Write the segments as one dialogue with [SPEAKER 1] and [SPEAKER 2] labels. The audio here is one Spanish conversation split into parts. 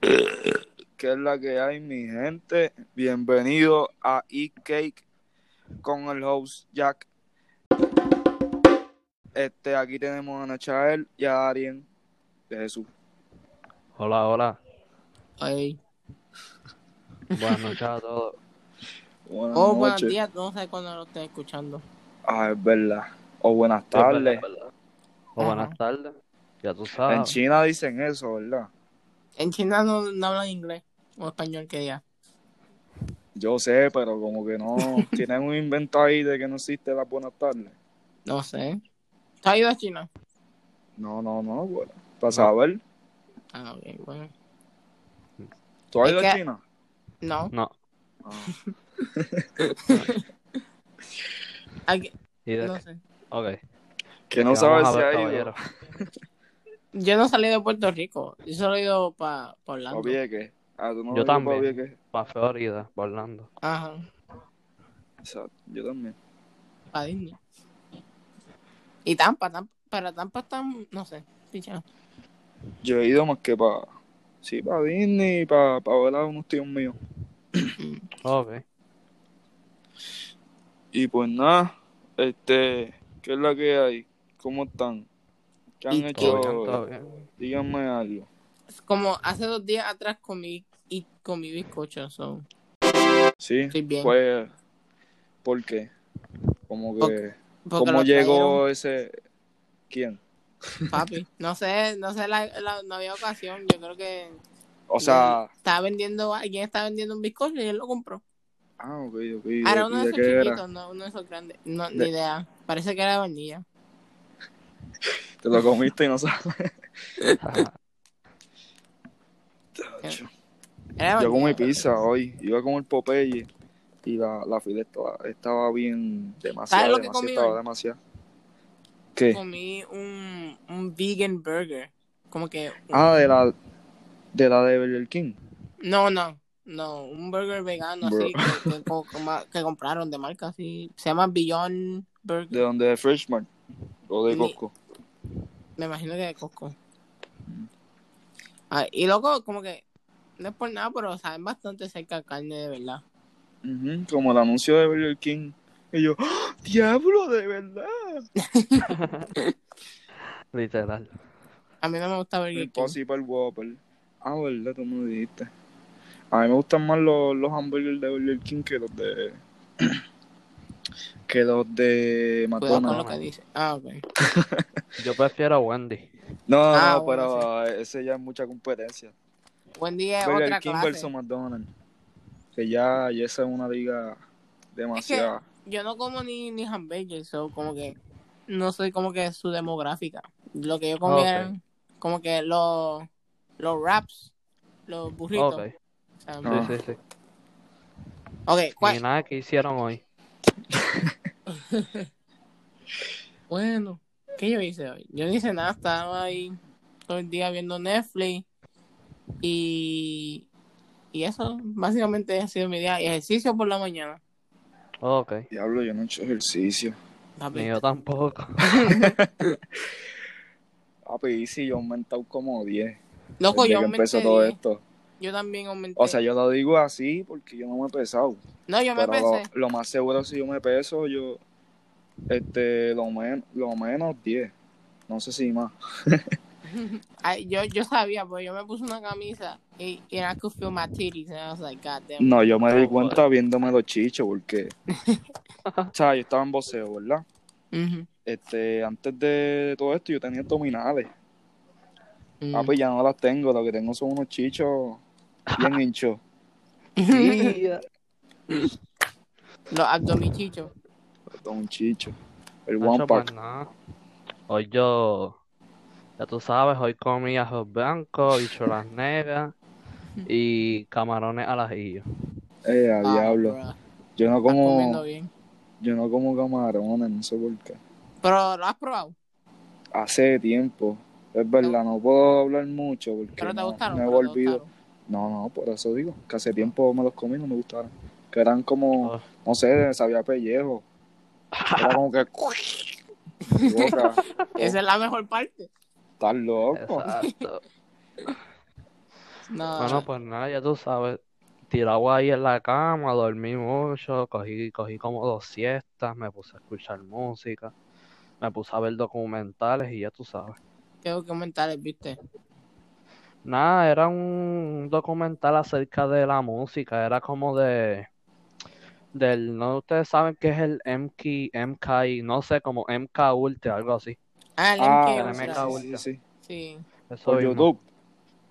[SPEAKER 1] ¿Qué es la que hay, mi gente? Bienvenido a Eat Cake con el host Jack. Este, aquí tenemos a Nachael y a Arien de Jesús.
[SPEAKER 2] Hola, hola.
[SPEAKER 3] Ay.
[SPEAKER 2] Buenas noches a todos.
[SPEAKER 1] Buenas
[SPEAKER 3] Oh, buenos
[SPEAKER 1] noches.
[SPEAKER 3] días, no sé cuándo lo estén escuchando.
[SPEAKER 1] Ah, es verdad. O buenas
[SPEAKER 2] Es
[SPEAKER 1] tardes.
[SPEAKER 2] verdad, es verdad. O buenas
[SPEAKER 3] Ajá.
[SPEAKER 2] tardes. Ya tú
[SPEAKER 1] En
[SPEAKER 2] sabes.
[SPEAKER 1] China dicen eso, ¿verdad?
[SPEAKER 3] En China no, no hablan inglés o español que diga.
[SPEAKER 1] Yo sé, pero como que no. Tienen un invento ahí de que no existe las buenas tardes.
[SPEAKER 3] No sé. ¿Tú has ido a China?
[SPEAKER 1] No, no, no. Bueno. Para saber.
[SPEAKER 3] Ah, ok, bueno.
[SPEAKER 1] ¿Tú has
[SPEAKER 3] Es
[SPEAKER 1] ido a
[SPEAKER 3] que-
[SPEAKER 1] China?
[SPEAKER 3] No.
[SPEAKER 2] No.
[SPEAKER 1] Ah.
[SPEAKER 3] Aquí-
[SPEAKER 2] Y de-
[SPEAKER 3] no sé.
[SPEAKER 2] Ok.
[SPEAKER 1] Que no
[SPEAKER 2] Vamos
[SPEAKER 1] sabes
[SPEAKER 2] a
[SPEAKER 1] si
[SPEAKER 2] ver,
[SPEAKER 1] ha ido.
[SPEAKER 2] caballero.
[SPEAKER 3] Yo no salí de Puerto Rico. Yo solo he ido para pa Orlando.
[SPEAKER 1] Pa' Vieques. Ah, tú no has
[SPEAKER 2] Yo
[SPEAKER 1] ido pa'
[SPEAKER 2] también.
[SPEAKER 1] Vieques.
[SPEAKER 2] Para Florida, para Orlando.
[SPEAKER 3] Ajá.
[SPEAKER 1] Exacto, yo también.
[SPEAKER 3] Para Disney. Y Tampa, Tampa. Para Tampa están, no sé. pichado.
[SPEAKER 1] Yo he ido más que para. Sí, para Disney y para pa ver a unos tíos míos.
[SPEAKER 2] Ok.
[SPEAKER 1] Y pues nada, este. ¿Qué es la que hay? ¿Cómo están? ¿Qué han
[SPEAKER 3] ¿Y
[SPEAKER 1] hecho?
[SPEAKER 2] Todo bien, todo bien.
[SPEAKER 1] Díganme algo.
[SPEAKER 3] Es Como hace dos días atrás comí y comí bizcocho, so,
[SPEAKER 1] Sí,
[SPEAKER 3] estoy bien.
[SPEAKER 1] pues. ¿Por qué? Como que.
[SPEAKER 3] Porque
[SPEAKER 1] ¿Cómo
[SPEAKER 3] lo
[SPEAKER 1] llegó ese. ¿Quién?
[SPEAKER 3] trajeron, papi. No sé, no sé, la, la- no había ocasión. Yo creo que
[SPEAKER 1] O sea.
[SPEAKER 3] estaba vendiendo, alguien estaba vendiendo un bizcocho y él lo compró.
[SPEAKER 1] Ah, ok, ok. ¿y de-
[SPEAKER 3] Ahora uno
[SPEAKER 1] y
[SPEAKER 3] de
[SPEAKER 1] de
[SPEAKER 3] esos
[SPEAKER 1] qué era?
[SPEAKER 3] chiquitos, no, uno de esos grandes. No, ni
[SPEAKER 1] De-
[SPEAKER 3] idea. Parece que era de vainilla.
[SPEAKER 1] Te lo comiste y no sabes.
[SPEAKER 2] Ajá.
[SPEAKER 1] Tacho.
[SPEAKER 3] Era de
[SPEAKER 1] Yo comí
[SPEAKER 3] vainilla.
[SPEAKER 1] pizza hoy, iba con el Popeye y la, la fila estaba, estaba bien demasiado.
[SPEAKER 3] ¿Sabes lo que
[SPEAKER 1] demasiado,
[SPEAKER 3] comí
[SPEAKER 1] estaba
[SPEAKER 3] hoy?
[SPEAKER 1] demasiado. ¿Qué?
[SPEAKER 3] Comí un, un vegan burger. Como que. un-
[SPEAKER 1] Ah, de la de la de Burger King.
[SPEAKER 3] No, no. No, un burger vegano
[SPEAKER 1] Bro.
[SPEAKER 3] así que, que co- coma- que compraron de marca así. Se llama Beyond
[SPEAKER 1] De
[SPEAKER 3] Burger.
[SPEAKER 1] donde de Freshman. O de
[SPEAKER 3] Ni-
[SPEAKER 1] Costco.
[SPEAKER 3] Me imagino que de Costco. Ah, y loco, como que. No es por nada, pero saben bastante cerca a carne de verdad.
[SPEAKER 1] Ujú, como el anuncio de Burger King. Y yo, ¡Ah, diablo, de verdad.
[SPEAKER 2] Literal.
[SPEAKER 3] A mí no me gusta Burger
[SPEAKER 1] El
[SPEAKER 3] King.
[SPEAKER 1] Possible Whopper. Ah, verdad, tú me dijiste. A mí me gustan más los, los hamburgers de Burger King que los de. que los de
[SPEAKER 3] Cuidado
[SPEAKER 1] McDonald's.
[SPEAKER 3] con lo que dice. Ah, ok.
[SPEAKER 2] Yo prefiero Wendy.
[SPEAKER 1] No,
[SPEAKER 3] Ah,
[SPEAKER 1] no,
[SPEAKER 3] bueno,
[SPEAKER 1] pero ese ya es mucha competencia.
[SPEAKER 3] Buen día,
[SPEAKER 1] Burger
[SPEAKER 3] otra
[SPEAKER 1] King
[SPEAKER 3] clase.
[SPEAKER 1] versus McDonald's. Que ya, ya esa es una liga demasiada.
[SPEAKER 3] yo no como ni, ni hamburguesas, so, como que no soy como que su demográfica. Lo que yo comía
[SPEAKER 2] Ok.
[SPEAKER 3] eran como que los los wraps, los burritos.
[SPEAKER 2] Ok.
[SPEAKER 3] o sea,
[SPEAKER 1] No.
[SPEAKER 2] Sí, sí, sí.
[SPEAKER 3] Ok,
[SPEAKER 2] Y
[SPEAKER 3] ¿cuál?
[SPEAKER 2] nada que hicieron hoy.
[SPEAKER 3] Bueno, ¿qué yo hice hoy? Yo no hice nada, estaba ahí todo el día viendo Netflix y, y eso básicamente ha sido mi día. Y ejercicio por la mañana.
[SPEAKER 2] Ok.
[SPEAKER 1] Diablo, yo no he hecho ejercicio.
[SPEAKER 3] Papi,
[SPEAKER 2] Ni yo tampoco.
[SPEAKER 1] Ah, pues y sí, yo he aumentado como 10.
[SPEAKER 3] Loco,
[SPEAKER 1] desde
[SPEAKER 3] yo
[SPEAKER 1] que
[SPEAKER 3] aumenté.
[SPEAKER 1] empezó todo
[SPEAKER 3] 10.
[SPEAKER 1] esto.
[SPEAKER 3] Yo también aumenté.
[SPEAKER 1] O sea, yo lo digo así porque yo no me he pesado.
[SPEAKER 3] no, yo me
[SPEAKER 1] pero
[SPEAKER 3] pesé.
[SPEAKER 1] lo, lo más seguro si yo me peso, yo, este, lo, men- lo menos 10. No sé si más.
[SPEAKER 3] Ay, yo, yo sabía, porque yo me puse una camisa y, y I could feel my titties and I was like, God damn.
[SPEAKER 1] No, yo me di
[SPEAKER 2] Oh,
[SPEAKER 1] cuenta viéndome los chichos porque, o sea, yo estaba en boxeo, ¿verdad? Mm.
[SPEAKER 3] Ujú.
[SPEAKER 1] este, antes de todo esto yo tenía abdominales.
[SPEAKER 3] Mm.
[SPEAKER 1] Ah, pues ya no las tengo, lo que tengo son unos chichos bien hinchos. Sí,
[SPEAKER 3] Los abdomichichos.
[SPEAKER 1] son un chicho. El one
[SPEAKER 2] Nacho, pues
[SPEAKER 1] pack.
[SPEAKER 2] nada. Hoy yo, ya tú sabes, hoy comí ajos blancos, bichuelas negras y camarones al ajillo.
[SPEAKER 1] Eh, a
[SPEAKER 3] Ah,
[SPEAKER 1] diablo.
[SPEAKER 3] bro,
[SPEAKER 1] Yo no
[SPEAKER 3] Estás comiendo
[SPEAKER 1] como,
[SPEAKER 3] bien.
[SPEAKER 1] yo no como camarones, no sé por qué.
[SPEAKER 3] Pero lo has probado.
[SPEAKER 1] Hace tiempo. Es verdad, no puedo hablar mucho porque
[SPEAKER 3] Pero te
[SPEAKER 1] no,
[SPEAKER 3] gustaron.
[SPEAKER 1] no he
[SPEAKER 3] pero te
[SPEAKER 1] volvido.
[SPEAKER 3] gustaron.
[SPEAKER 1] No, no, por eso digo, que hace tiempo me los comí, no me gustaron. Que eran como,
[SPEAKER 2] Oh.
[SPEAKER 1] no sé, sabía a pellejo. Era como que... Mi boca,
[SPEAKER 3] Esa es la mejor parte.
[SPEAKER 1] estás loco.
[SPEAKER 2] Exacto.
[SPEAKER 1] Ah.
[SPEAKER 3] No,
[SPEAKER 2] Bueno, pues nada, ya tú sabes. Tirado ahí en la cama, dormí mucho, cogí, cogí como dos siestas, me puse a escuchar música, me puse a ver documentales y ya tú sabes.
[SPEAKER 3] tengo que comentarles, ¿viste?
[SPEAKER 2] Nada, era un documental acerca de la música, era como de... Del, no, ustedes saben qué es el MK, MKI, no sé, como MK Ultra, algo así.
[SPEAKER 3] Ah, el
[SPEAKER 2] el
[SPEAKER 1] Ah,
[SPEAKER 3] MK
[SPEAKER 1] sí,
[SPEAKER 2] MK
[SPEAKER 1] sí, sí,
[SPEAKER 3] Ultra.
[SPEAKER 1] sí.
[SPEAKER 3] Sí.
[SPEAKER 2] Eso
[SPEAKER 1] Por
[SPEAKER 2] mismo.
[SPEAKER 1] YouTube.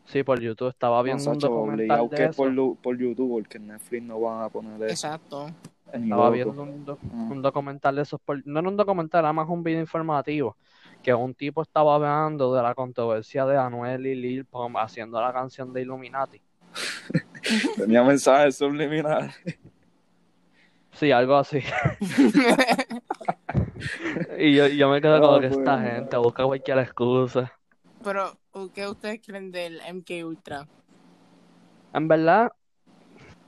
[SPEAKER 2] Sí, por YouTube, estaba
[SPEAKER 1] No,
[SPEAKER 2] viendo un
[SPEAKER 1] Sacho,
[SPEAKER 2] documental
[SPEAKER 1] obligado
[SPEAKER 2] de
[SPEAKER 1] que es
[SPEAKER 2] eso.
[SPEAKER 1] por, lu- por YouTube, porque en Netflix no van a poner eso.
[SPEAKER 3] Exacto.
[SPEAKER 1] Ni
[SPEAKER 2] Estaba
[SPEAKER 1] loco.
[SPEAKER 2] viendo un, doc-
[SPEAKER 1] Ah.
[SPEAKER 2] un documental de esos, por- no era un documental, era más un video informativo, que un tipo estaba hablando de la controversia de Anuel y Lil Pump haciendo la canción de Illuminati.
[SPEAKER 1] Tenía mensajes subliminales.
[SPEAKER 2] Sí, algo así. Y yo, yo me quedo como
[SPEAKER 1] Ah,
[SPEAKER 2] que
[SPEAKER 1] pues,
[SPEAKER 2] esta
[SPEAKER 1] mira.
[SPEAKER 2] gente busca cualquier excusa.
[SPEAKER 3] Pero, ¿qué ustedes creen del MK Ultra?
[SPEAKER 2] En verdad,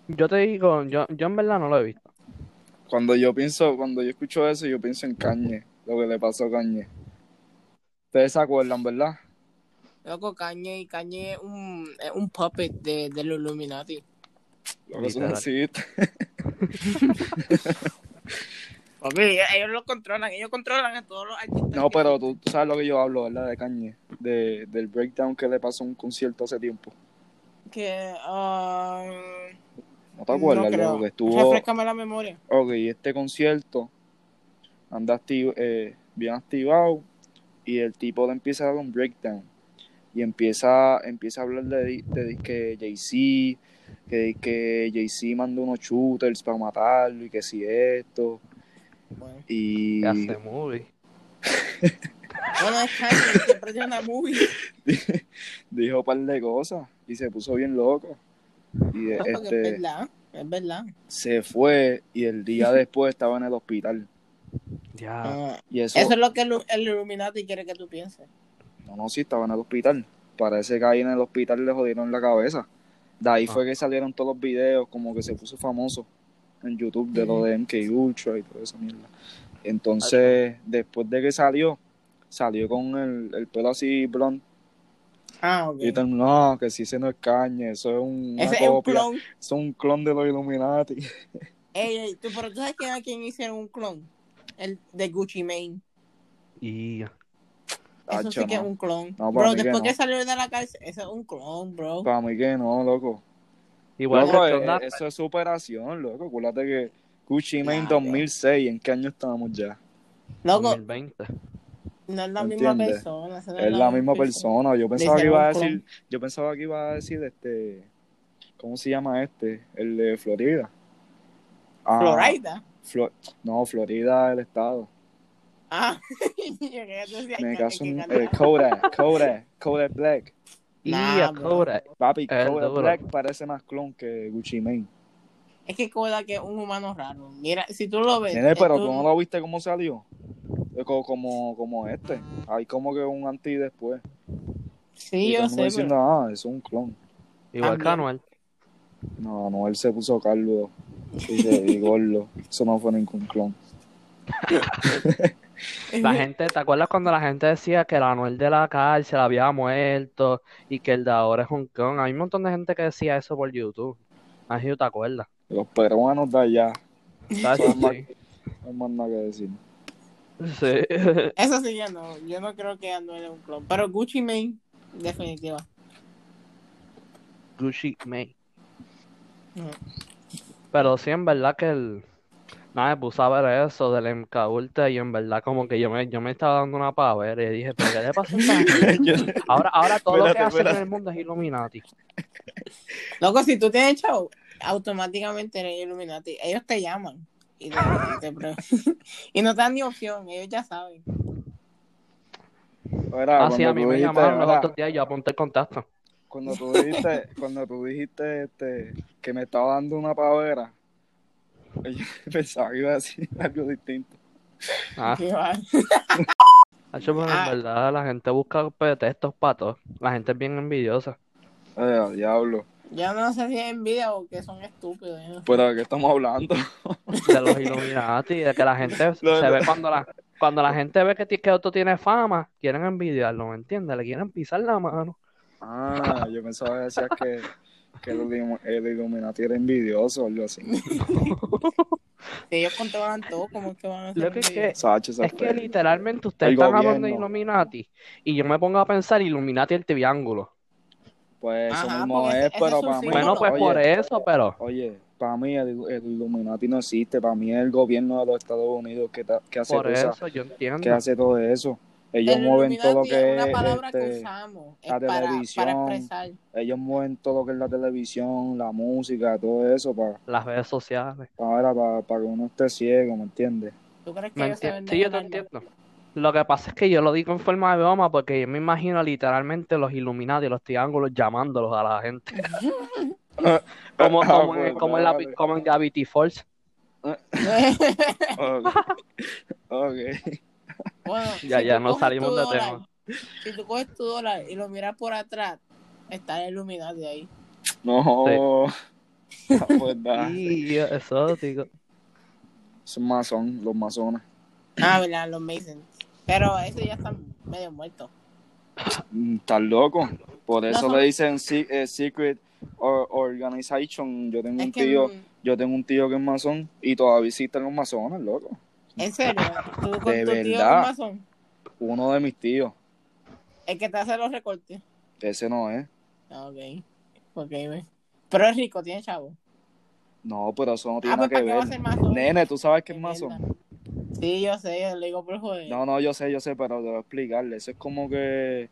[SPEAKER 2] yo te digo, yo, yo en verdad no lo he visto.
[SPEAKER 1] Cuando yo pienso, cuando yo escucho eso, yo pienso en Cañe, lo que le pasó a Cañe. Ustedes se acuerdan, ¿verdad?
[SPEAKER 3] Loco, Kanye, Kanye es un, es un puppet de, del Illuminati.
[SPEAKER 1] Lo que son
[SPEAKER 2] Literal.
[SPEAKER 1] existe.
[SPEAKER 3] Papi, ellos, ellos lo controlan, ellos controlan a todos los artistas.
[SPEAKER 1] No,
[SPEAKER 3] que-
[SPEAKER 1] pero tú, tú sabes lo que yo hablo, ¿verdad? De Cañe, de, del breakdown que le pasó a un concierto hace tiempo.
[SPEAKER 3] Que, ah,
[SPEAKER 1] ¿No te acuerdas?
[SPEAKER 3] no
[SPEAKER 1] lo
[SPEAKER 3] creo.
[SPEAKER 1] que estuvo.
[SPEAKER 3] Refrescame la memoria.
[SPEAKER 1] Ok, este concierto anda activ- eh, bien activado y el tipo le empieza a dar un breakdown y empieza, empieza a hablar de, di- de di- que Jay-Z, que, di- que Jay-Z mandó unos shooters para matarlo y que si esto
[SPEAKER 3] Bueno,
[SPEAKER 1] y
[SPEAKER 2] Que hace movie.
[SPEAKER 3] Bueno, es Kanye, siempre tiene una movie.
[SPEAKER 1] dijo un par de cosas y se puso bien loco y eh,
[SPEAKER 3] No, porque es
[SPEAKER 1] este,
[SPEAKER 3] verdad, es verdad.
[SPEAKER 1] se fue y el día después estaba en el hospital
[SPEAKER 2] Ya.
[SPEAKER 3] Ah,
[SPEAKER 1] y eso,
[SPEAKER 3] eso es lo que el, el Illuminati quiere que tú pienses.
[SPEAKER 1] No, no, sí, estaba en el hospital. Parece que ahí en el hospital le jodieron la cabeza. De ahí
[SPEAKER 3] Ah.
[SPEAKER 1] fue que salieron todos los videos, como que se puso famoso en YouTube de lo de MK Ultra y toda esa mierda. Entonces, después de que salió, salió con el, el pelo así blond.
[SPEAKER 3] Ah, ok.
[SPEAKER 1] Y todo el mundo, no, que si ese no es caña, eso es un, una
[SPEAKER 3] Ese es un
[SPEAKER 1] copia.
[SPEAKER 3] clon.
[SPEAKER 1] Eso es un clon de los Illuminati.
[SPEAKER 3] Ey, ey, tú, pero tú sabes quién, a quién hicieron un clon. El de Gucci Mane.
[SPEAKER 2] Y
[SPEAKER 3] Eso
[SPEAKER 1] Tacho,
[SPEAKER 3] sí que
[SPEAKER 1] no.
[SPEAKER 3] es un clon.
[SPEAKER 1] No, para
[SPEAKER 3] bro,
[SPEAKER 1] mí que
[SPEAKER 3] después
[SPEAKER 1] no.
[SPEAKER 3] que salió de la cárcel, eso es un clon, bro.
[SPEAKER 1] Para mí que no, loco.
[SPEAKER 2] igual
[SPEAKER 1] Loco,
[SPEAKER 2] que
[SPEAKER 1] eh,
[SPEAKER 2] Jordan,
[SPEAKER 1] eso es superación, loco. Acuérdate que Gucci Mane
[SPEAKER 3] Claro.
[SPEAKER 1] 2006, ¿en qué año estábamos ya?
[SPEAKER 3] Loco,
[SPEAKER 2] 2020.
[SPEAKER 3] no es la
[SPEAKER 1] ¿Me
[SPEAKER 3] misma
[SPEAKER 1] entiendes?
[SPEAKER 3] persona. eso no
[SPEAKER 1] Es la misma persona. Yo pensaba
[SPEAKER 3] Dice
[SPEAKER 1] que iba a
[SPEAKER 3] un
[SPEAKER 1] decir, yo pensaba que iba a decir este, ¿cómo se llama este? El de Florida. Ah,
[SPEAKER 3] Florida.
[SPEAKER 1] Flo- no, Florida el estado.
[SPEAKER 3] Ah, yo quería decir,
[SPEAKER 1] Me
[SPEAKER 3] que-
[SPEAKER 1] caso
[SPEAKER 3] que
[SPEAKER 1] un
[SPEAKER 3] cantaba.
[SPEAKER 1] eh, Kodak, Kodak, Kodak Black.
[SPEAKER 2] Y
[SPEAKER 3] Nah,
[SPEAKER 2] a
[SPEAKER 3] bro.
[SPEAKER 2] Kodak.
[SPEAKER 1] Papi,
[SPEAKER 2] El
[SPEAKER 1] Kodak
[SPEAKER 2] duro.
[SPEAKER 1] Black parece más clon que Gucci Mane.
[SPEAKER 3] Es que Kodak es un humano raro. Mira, si tú lo ves.
[SPEAKER 1] Nene,
[SPEAKER 3] es
[SPEAKER 1] pero
[SPEAKER 3] tú-
[SPEAKER 1] tú no lo viste cómo salió. Eh, co- Como, como este. Hay como que un anti y después.
[SPEAKER 3] Sí,
[SPEAKER 1] Y todo
[SPEAKER 3] yo
[SPEAKER 1] el mundo
[SPEAKER 3] sé.
[SPEAKER 1] diciendo,
[SPEAKER 3] pero-
[SPEAKER 1] ah, eso es un clon.
[SPEAKER 2] Igual que
[SPEAKER 3] También.
[SPEAKER 2] Anuel.
[SPEAKER 1] No, no, él se puso calvo y, se, y gordo. Eso no fue ningún clon.
[SPEAKER 2] La gente, ¿te acuerdas cuando la gente decía que el Anuel de la cárcel había muerto y que el de ahora es Hong Kong? Hay un montón de gente que decía eso por YouTube. Así te acuerdas.
[SPEAKER 1] Los peruanos de allá.
[SPEAKER 2] ¿Sabes?
[SPEAKER 1] Eso es más-
[SPEAKER 2] Sí.
[SPEAKER 1] No hay más nada que decir.
[SPEAKER 2] Sí.
[SPEAKER 3] Eso sí, ya no. Yo no creo que Anuel es un clon. Pero Gucci Mane, definitiva.
[SPEAKER 2] Gucci Mane.
[SPEAKER 3] Ujú.
[SPEAKER 2] Pero sí, en verdad que el... Nada, me puse a ver eso del MK Ultra y en verdad como que yo me, yo me estaba dando una pavera y dije, ¿pero qué le pasa a esta gente? Ahora, ahora todo lo que
[SPEAKER 1] Espérate,
[SPEAKER 2] hacen en
[SPEAKER 1] espérate.
[SPEAKER 2] el mundo es Illuminati.
[SPEAKER 3] Loco, si tú tienes chavo, automáticamente eres Illuminati. Ellos te llaman y, te- y te pre- y no te dan ni opción, ellos ya saben.
[SPEAKER 1] Ahora,
[SPEAKER 2] Ah, sí, a mí
[SPEAKER 1] tú
[SPEAKER 2] me
[SPEAKER 1] dijiste,
[SPEAKER 2] llamaron los
[SPEAKER 1] ahora,
[SPEAKER 2] otros días y yo apunté el contacto.
[SPEAKER 1] cuando tú dijiste, cuando tú dijiste este, que me estaba dando una pavera, pues yo pensaba que iba a decir algo distinto.
[SPEAKER 2] Ah.
[SPEAKER 3] Sí, va.
[SPEAKER 2] Hacho, pero
[SPEAKER 3] Ah.
[SPEAKER 2] en verdad la gente busca pretextos para todo. La gente es bien envidiosa.
[SPEAKER 1] Ay, al diablo.
[SPEAKER 3] Yo no sé si es envidia o que son estúpidos. yo no sé.
[SPEAKER 1] Pero de qué estamos hablando.
[SPEAKER 2] De los Illuminati, de que la gente se
[SPEAKER 1] No, no.
[SPEAKER 2] ve cuando la, cuando la gente ve que, ti- que otro tiene fama, quieren envidiarlo, ¿me entiendes? Le quieren pisar la mano.
[SPEAKER 1] Ah, yo pensaba que decías que, que el, Illu- el Illuminati era envidioso o algo así.
[SPEAKER 3] Si ellos controlan todo, ¿cómo es que van a hacer?
[SPEAKER 2] Lo que es que-
[SPEAKER 1] Sacho,
[SPEAKER 2] Es que literalmente usted
[SPEAKER 1] El
[SPEAKER 2] está hablando de
[SPEAKER 1] gobierno.
[SPEAKER 2] Illuminati y yo me pongo a pensar Illuminati el triángulo.
[SPEAKER 1] Pues eso
[SPEAKER 3] Ajá,
[SPEAKER 1] mismo es,
[SPEAKER 3] porque ese- ese
[SPEAKER 1] pero
[SPEAKER 3] es un
[SPEAKER 1] para mí.
[SPEAKER 3] símbolo.
[SPEAKER 2] Bueno, pues
[SPEAKER 1] oye,
[SPEAKER 2] por eso, pero
[SPEAKER 1] Oye, para mí el, el Illuminati no existe, para mí es el gobierno de los Estados Unidos que, ta- que hace
[SPEAKER 2] por
[SPEAKER 1] cosas-
[SPEAKER 2] eso yo
[SPEAKER 1] que
[SPEAKER 2] entiendo.
[SPEAKER 1] hace todo eso. Ellos
[SPEAKER 3] El
[SPEAKER 1] mueven todo lo
[SPEAKER 3] Illuminati
[SPEAKER 1] que
[SPEAKER 3] es una
[SPEAKER 1] es,
[SPEAKER 3] palabra que
[SPEAKER 1] este,
[SPEAKER 3] usamos es
[SPEAKER 1] la
[SPEAKER 3] para,
[SPEAKER 1] televisión.
[SPEAKER 3] para expresar.
[SPEAKER 1] ellos mueven todo lo que es la televisión, la música, todo eso para
[SPEAKER 2] Las redes sociales.
[SPEAKER 1] para, para, para que uno esté ciego, ¿me entiendes?
[SPEAKER 3] ¿Tú crees que
[SPEAKER 2] ¿Me
[SPEAKER 3] ellos se
[SPEAKER 2] entiendes?
[SPEAKER 3] venden
[SPEAKER 2] Sí, yo
[SPEAKER 3] el
[SPEAKER 2] te
[SPEAKER 3] alma?
[SPEAKER 2] entiendo. Lo que pasa es que yo lo digo en forma de broma porque yo me imagino literalmente los Illuminati, los triángulos llamándolos a la gente. Como,
[SPEAKER 1] Ah,
[SPEAKER 2] como, en, como en la,
[SPEAKER 1] Dale.
[SPEAKER 2] como en Gravity Falls.
[SPEAKER 1] Ok.
[SPEAKER 3] Bueno,
[SPEAKER 2] Ya,
[SPEAKER 3] si
[SPEAKER 2] ya
[SPEAKER 3] tú
[SPEAKER 2] no
[SPEAKER 3] coges
[SPEAKER 2] salimos
[SPEAKER 3] tu
[SPEAKER 2] de
[SPEAKER 3] dólar,
[SPEAKER 2] tema.
[SPEAKER 3] Si tú coges tu dólar y lo miras por atrás, está el Illuminati ahí.
[SPEAKER 1] No. Pues da.
[SPEAKER 2] Y exótico.
[SPEAKER 1] Son masón, los masones.
[SPEAKER 3] Ah, verdad, los Masons. Pero esos ya están medio muertos.
[SPEAKER 1] Mm, Están locos. Por eso
[SPEAKER 3] son-
[SPEAKER 1] le dicen se- eh, Secret or- Organization. Yo tengo
[SPEAKER 3] Es
[SPEAKER 1] un
[SPEAKER 3] que,
[SPEAKER 1] tío,
[SPEAKER 3] mm,
[SPEAKER 1] yo tengo un tío que es masón y todavía existen los masones, loco.
[SPEAKER 3] en serio, tú con
[SPEAKER 1] De
[SPEAKER 3] tu tío
[SPEAKER 1] verdad.
[SPEAKER 3] Amazon,
[SPEAKER 1] Uno de mis tíos,
[SPEAKER 3] el que te hace los recortes.
[SPEAKER 1] ese no es.
[SPEAKER 3] Ah, ok. Ok, ve. Pero es rico, tiene chavo.
[SPEAKER 1] No, pero eso no tiene
[SPEAKER 3] Ah, pues
[SPEAKER 1] nada
[SPEAKER 3] ¿para
[SPEAKER 1] que
[SPEAKER 3] qué va a ser
[SPEAKER 1] ver.
[SPEAKER 3] Amazon?
[SPEAKER 1] Nene, ¿tú sabes qué es
[SPEAKER 3] Qué
[SPEAKER 1] masón?
[SPEAKER 3] mierda. Sí, yo sé, yo le digo por joder.
[SPEAKER 1] No, no, yo sé, yo sé, pero debo explicarle. Eso es como que,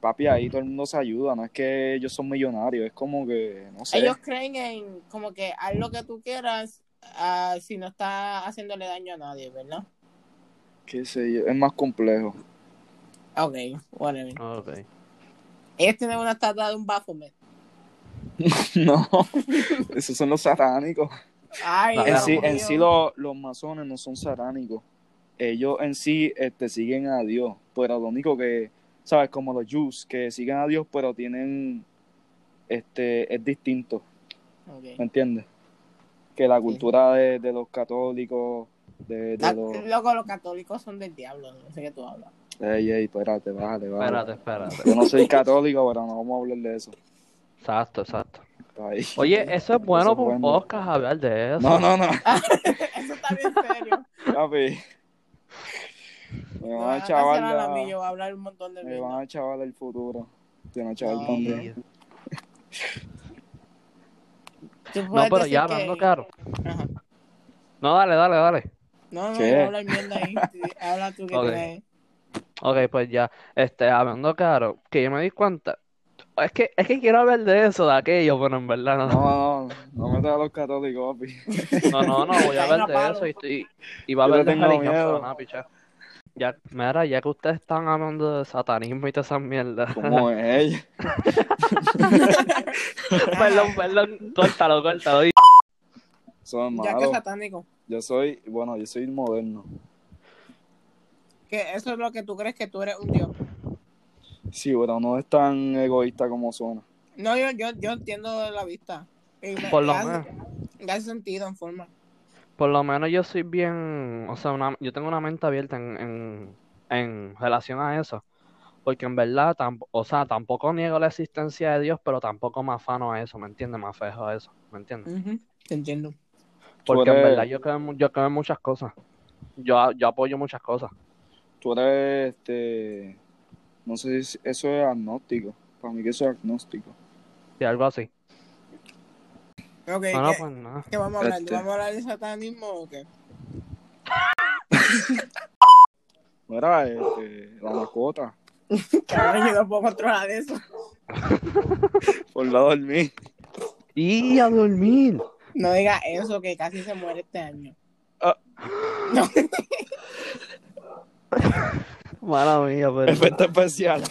[SPEAKER 1] papi, ahí todo el mundo se ayuda. No es que ellos son millonarios, es como que, no sé.
[SPEAKER 3] Ellos creen en como que haz lo que tú quieras ah, si no está haciéndole daño a nadie, ¿verdad?
[SPEAKER 1] qué sé yo, es más complejo.
[SPEAKER 3] Ok, whatever.
[SPEAKER 2] Ok.
[SPEAKER 3] Ellos tienen una estatua de un Baphomet.
[SPEAKER 1] no, esos son los satánicos.
[SPEAKER 3] Ay,
[SPEAKER 2] En
[SPEAKER 1] En
[SPEAKER 3] Dios
[SPEAKER 1] sí, en
[SPEAKER 3] mío.
[SPEAKER 1] sí lo- los masones no son satánicos. Ellos en sí este, siguen a Dios, pero lo único que, ¿sabes? Como los Jews, que siguen a Dios, pero tienen, este, es distinto. ¿Me
[SPEAKER 3] Ok.
[SPEAKER 1] entiendes? Que la cultura de, de los católicos, de, de
[SPEAKER 3] Ah,
[SPEAKER 1] los...
[SPEAKER 3] Loco, los católicos son del diablo, no sé qué tú hablas.
[SPEAKER 1] Ey, ey, espérate, bájale, bájale.
[SPEAKER 2] Espérate, espérate.
[SPEAKER 1] Yo no soy católico, pero no vamos a hablar de eso.
[SPEAKER 2] Exacto, exacto.
[SPEAKER 1] Está ahí.
[SPEAKER 2] Oye, eso es bueno
[SPEAKER 1] es
[SPEAKER 2] para
[SPEAKER 1] bueno.
[SPEAKER 2] un podcast hablar de eso.
[SPEAKER 1] No, no, no,
[SPEAKER 3] Eso está bien serio.
[SPEAKER 1] papi. Me
[SPEAKER 3] Me
[SPEAKER 1] van
[SPEAKER 3] van
[SPEAKER 1] a
[SPEAKER 3] cancelar
[SPEAKER 1] chaval
[SPEAKER 3] a mí, yo
[SPEAKER 1] la-
[SPEAKER 3] voy a hablar un montón de
[SPEAKER 1] me
[SPEAKER 3] mierda.
[SPEAKER 1] van a chaval el futuro. Te van a chaval
[SPEAKER 3] No.
[SPEAKER 1] también.
[SPEAKER 3] Tú
[SPEAKER 2] No,
[SPEAKER 3] puedes
[SPEAKER 2] pero
[SPEAKER 3] decir
[SPEAKER 2] ya
[SPEAKER 3] que-
[SPEAKER 2] hablando claro.
[SPEAKER 3] Ajá.
[SPEAKER 2] No, dale, dale, dale.
[SPEAKER 3] No, no,
[SPEAKER 1] ¿Qué?
[SPEAKER 3] yo voy a hablar mierda ahí. Sí, Habla tú que
[SPEAKER 2] Ok.
[SPEAKER 3] tienes-
[SPEAKER 2] Ok, pues ya, este, hablando claro, que yo me di cuenta, es que, es que quiero hablar de eso, de aquello, pero en verdad no,
[SPEAKER 1] No, no, no metas a los católicos, papi.
[SPEAKER 2] no, no, no, voy a
[SPEAKER 3] Ahí no
[SPEAKER 2] hablar de
[SPEAKER 3] paro.
[SPEAKER 2] eso y, estoy- y va a
[SPEAKER 1] Yo
[SPEAKER 2] haber
[SPEAKER 1] le
[SPEAKER 2] de
[SPEAKER 1] tengo
[SPEAKER 2] religión, pero
[SPEAKER 1] miedo.
[SPEAKER 2] nada, picha. Ya, mira, ya que ustedes están hablando de satanismo y todas esas mierdas,
[SPEAKER 1] Como es ella.
[SPEAKER 2] perdón, perdón, córtalo, córtalo, y-
[SPEAKER 1] Son
[SPEAKER 3] Ya que es
[SPEAKER 1] malos.
[SPEAKER 3] satánico.
[SPEAKER 1] Yo soy, bueno, yo soy moderno.
[SPEAKER 3] Que eso es lo que tú crees que tú eres un dios.
[SPEAKER 1] Sí, pero no es tan egoísta como suena.
[SPEAKER 3] No, yo, yo, yo entiendo la vista. Y me-
[SPEAKER 2] por lo
[SPEAKER 3] hace-
[SPEAKER 2] menos,
[SPEAKER 3] le hace sentido en forma.
[SPEAKER 2] por lo menos yo soy bien, o sea, una- yo tengo una mente abierta en, en, en relación a eso, porque en verdad, tamp- o sea, tampoco niego la existencia de Dios, pero tampoco me afano a eso, ¿me entiendes? Me afejo a eso, ¿me entiendes?
[SPEAKER 3] Ujú, Te entiendo.
[SPEAKER 2] Porque en
[SPEAKER 1] eres-
[SPEAKER 2] verdad yo creo, en mu- yo creo en muchas cosas. Yo, a- yo apoyo muchas cosas.
[SPEAKER 1] Tú eres, este, no sé si eso es agnóstico. Para mí que eso es agnóstico.
[SPEAKER 2] Y algo así.
[SPEAKER 3] Ok,
[SPEAKER 2] No, no,
[SPEAKER 3] ¿qué,
[SPEAKER 2] pues nada.
[SPEAKER 3] qué vamos a hablar?
[SPEAKER 1] Este.
[SPEAKER 3] ¿Vamos a hablar de satanismo o qué?
[SPEAKER 1] No era este, la mascota.
[SPEAKER 3] Cabrón, yo no puedo controlar eso.
[SPEAKER 1] Por la dormí.
[SPEAKER 2] Y a dormir.
[SPEAKER 3] No diga eso, que casi se muere este año.
[SPEAKER 1] Ah.
[SPEAKER 3] No,
[SPEAKER 2] Mala mía, pero.
[SPEAKER 1] Efecto especial.